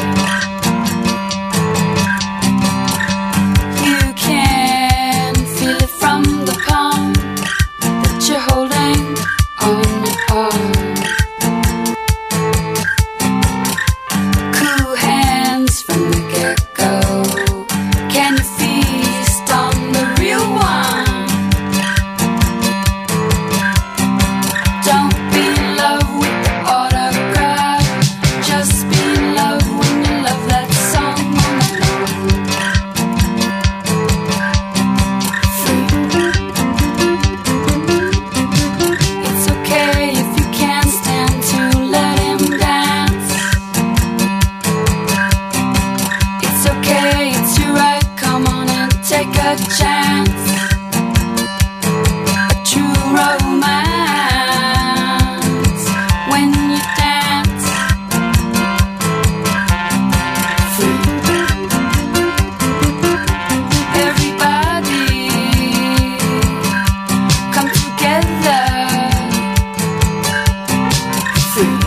Speaker 12: You can feel it from the palm that you're holding on your arm. Cool hands from the get-go. Can you feast on the real one? Don't be in love with the autograph. Just be in love when you love that song. It's okay if you can't stand to let him dance. It's okay, it's your right. Come on and take a chance. A true romance when you dance. Free. Everybody, come together. Free.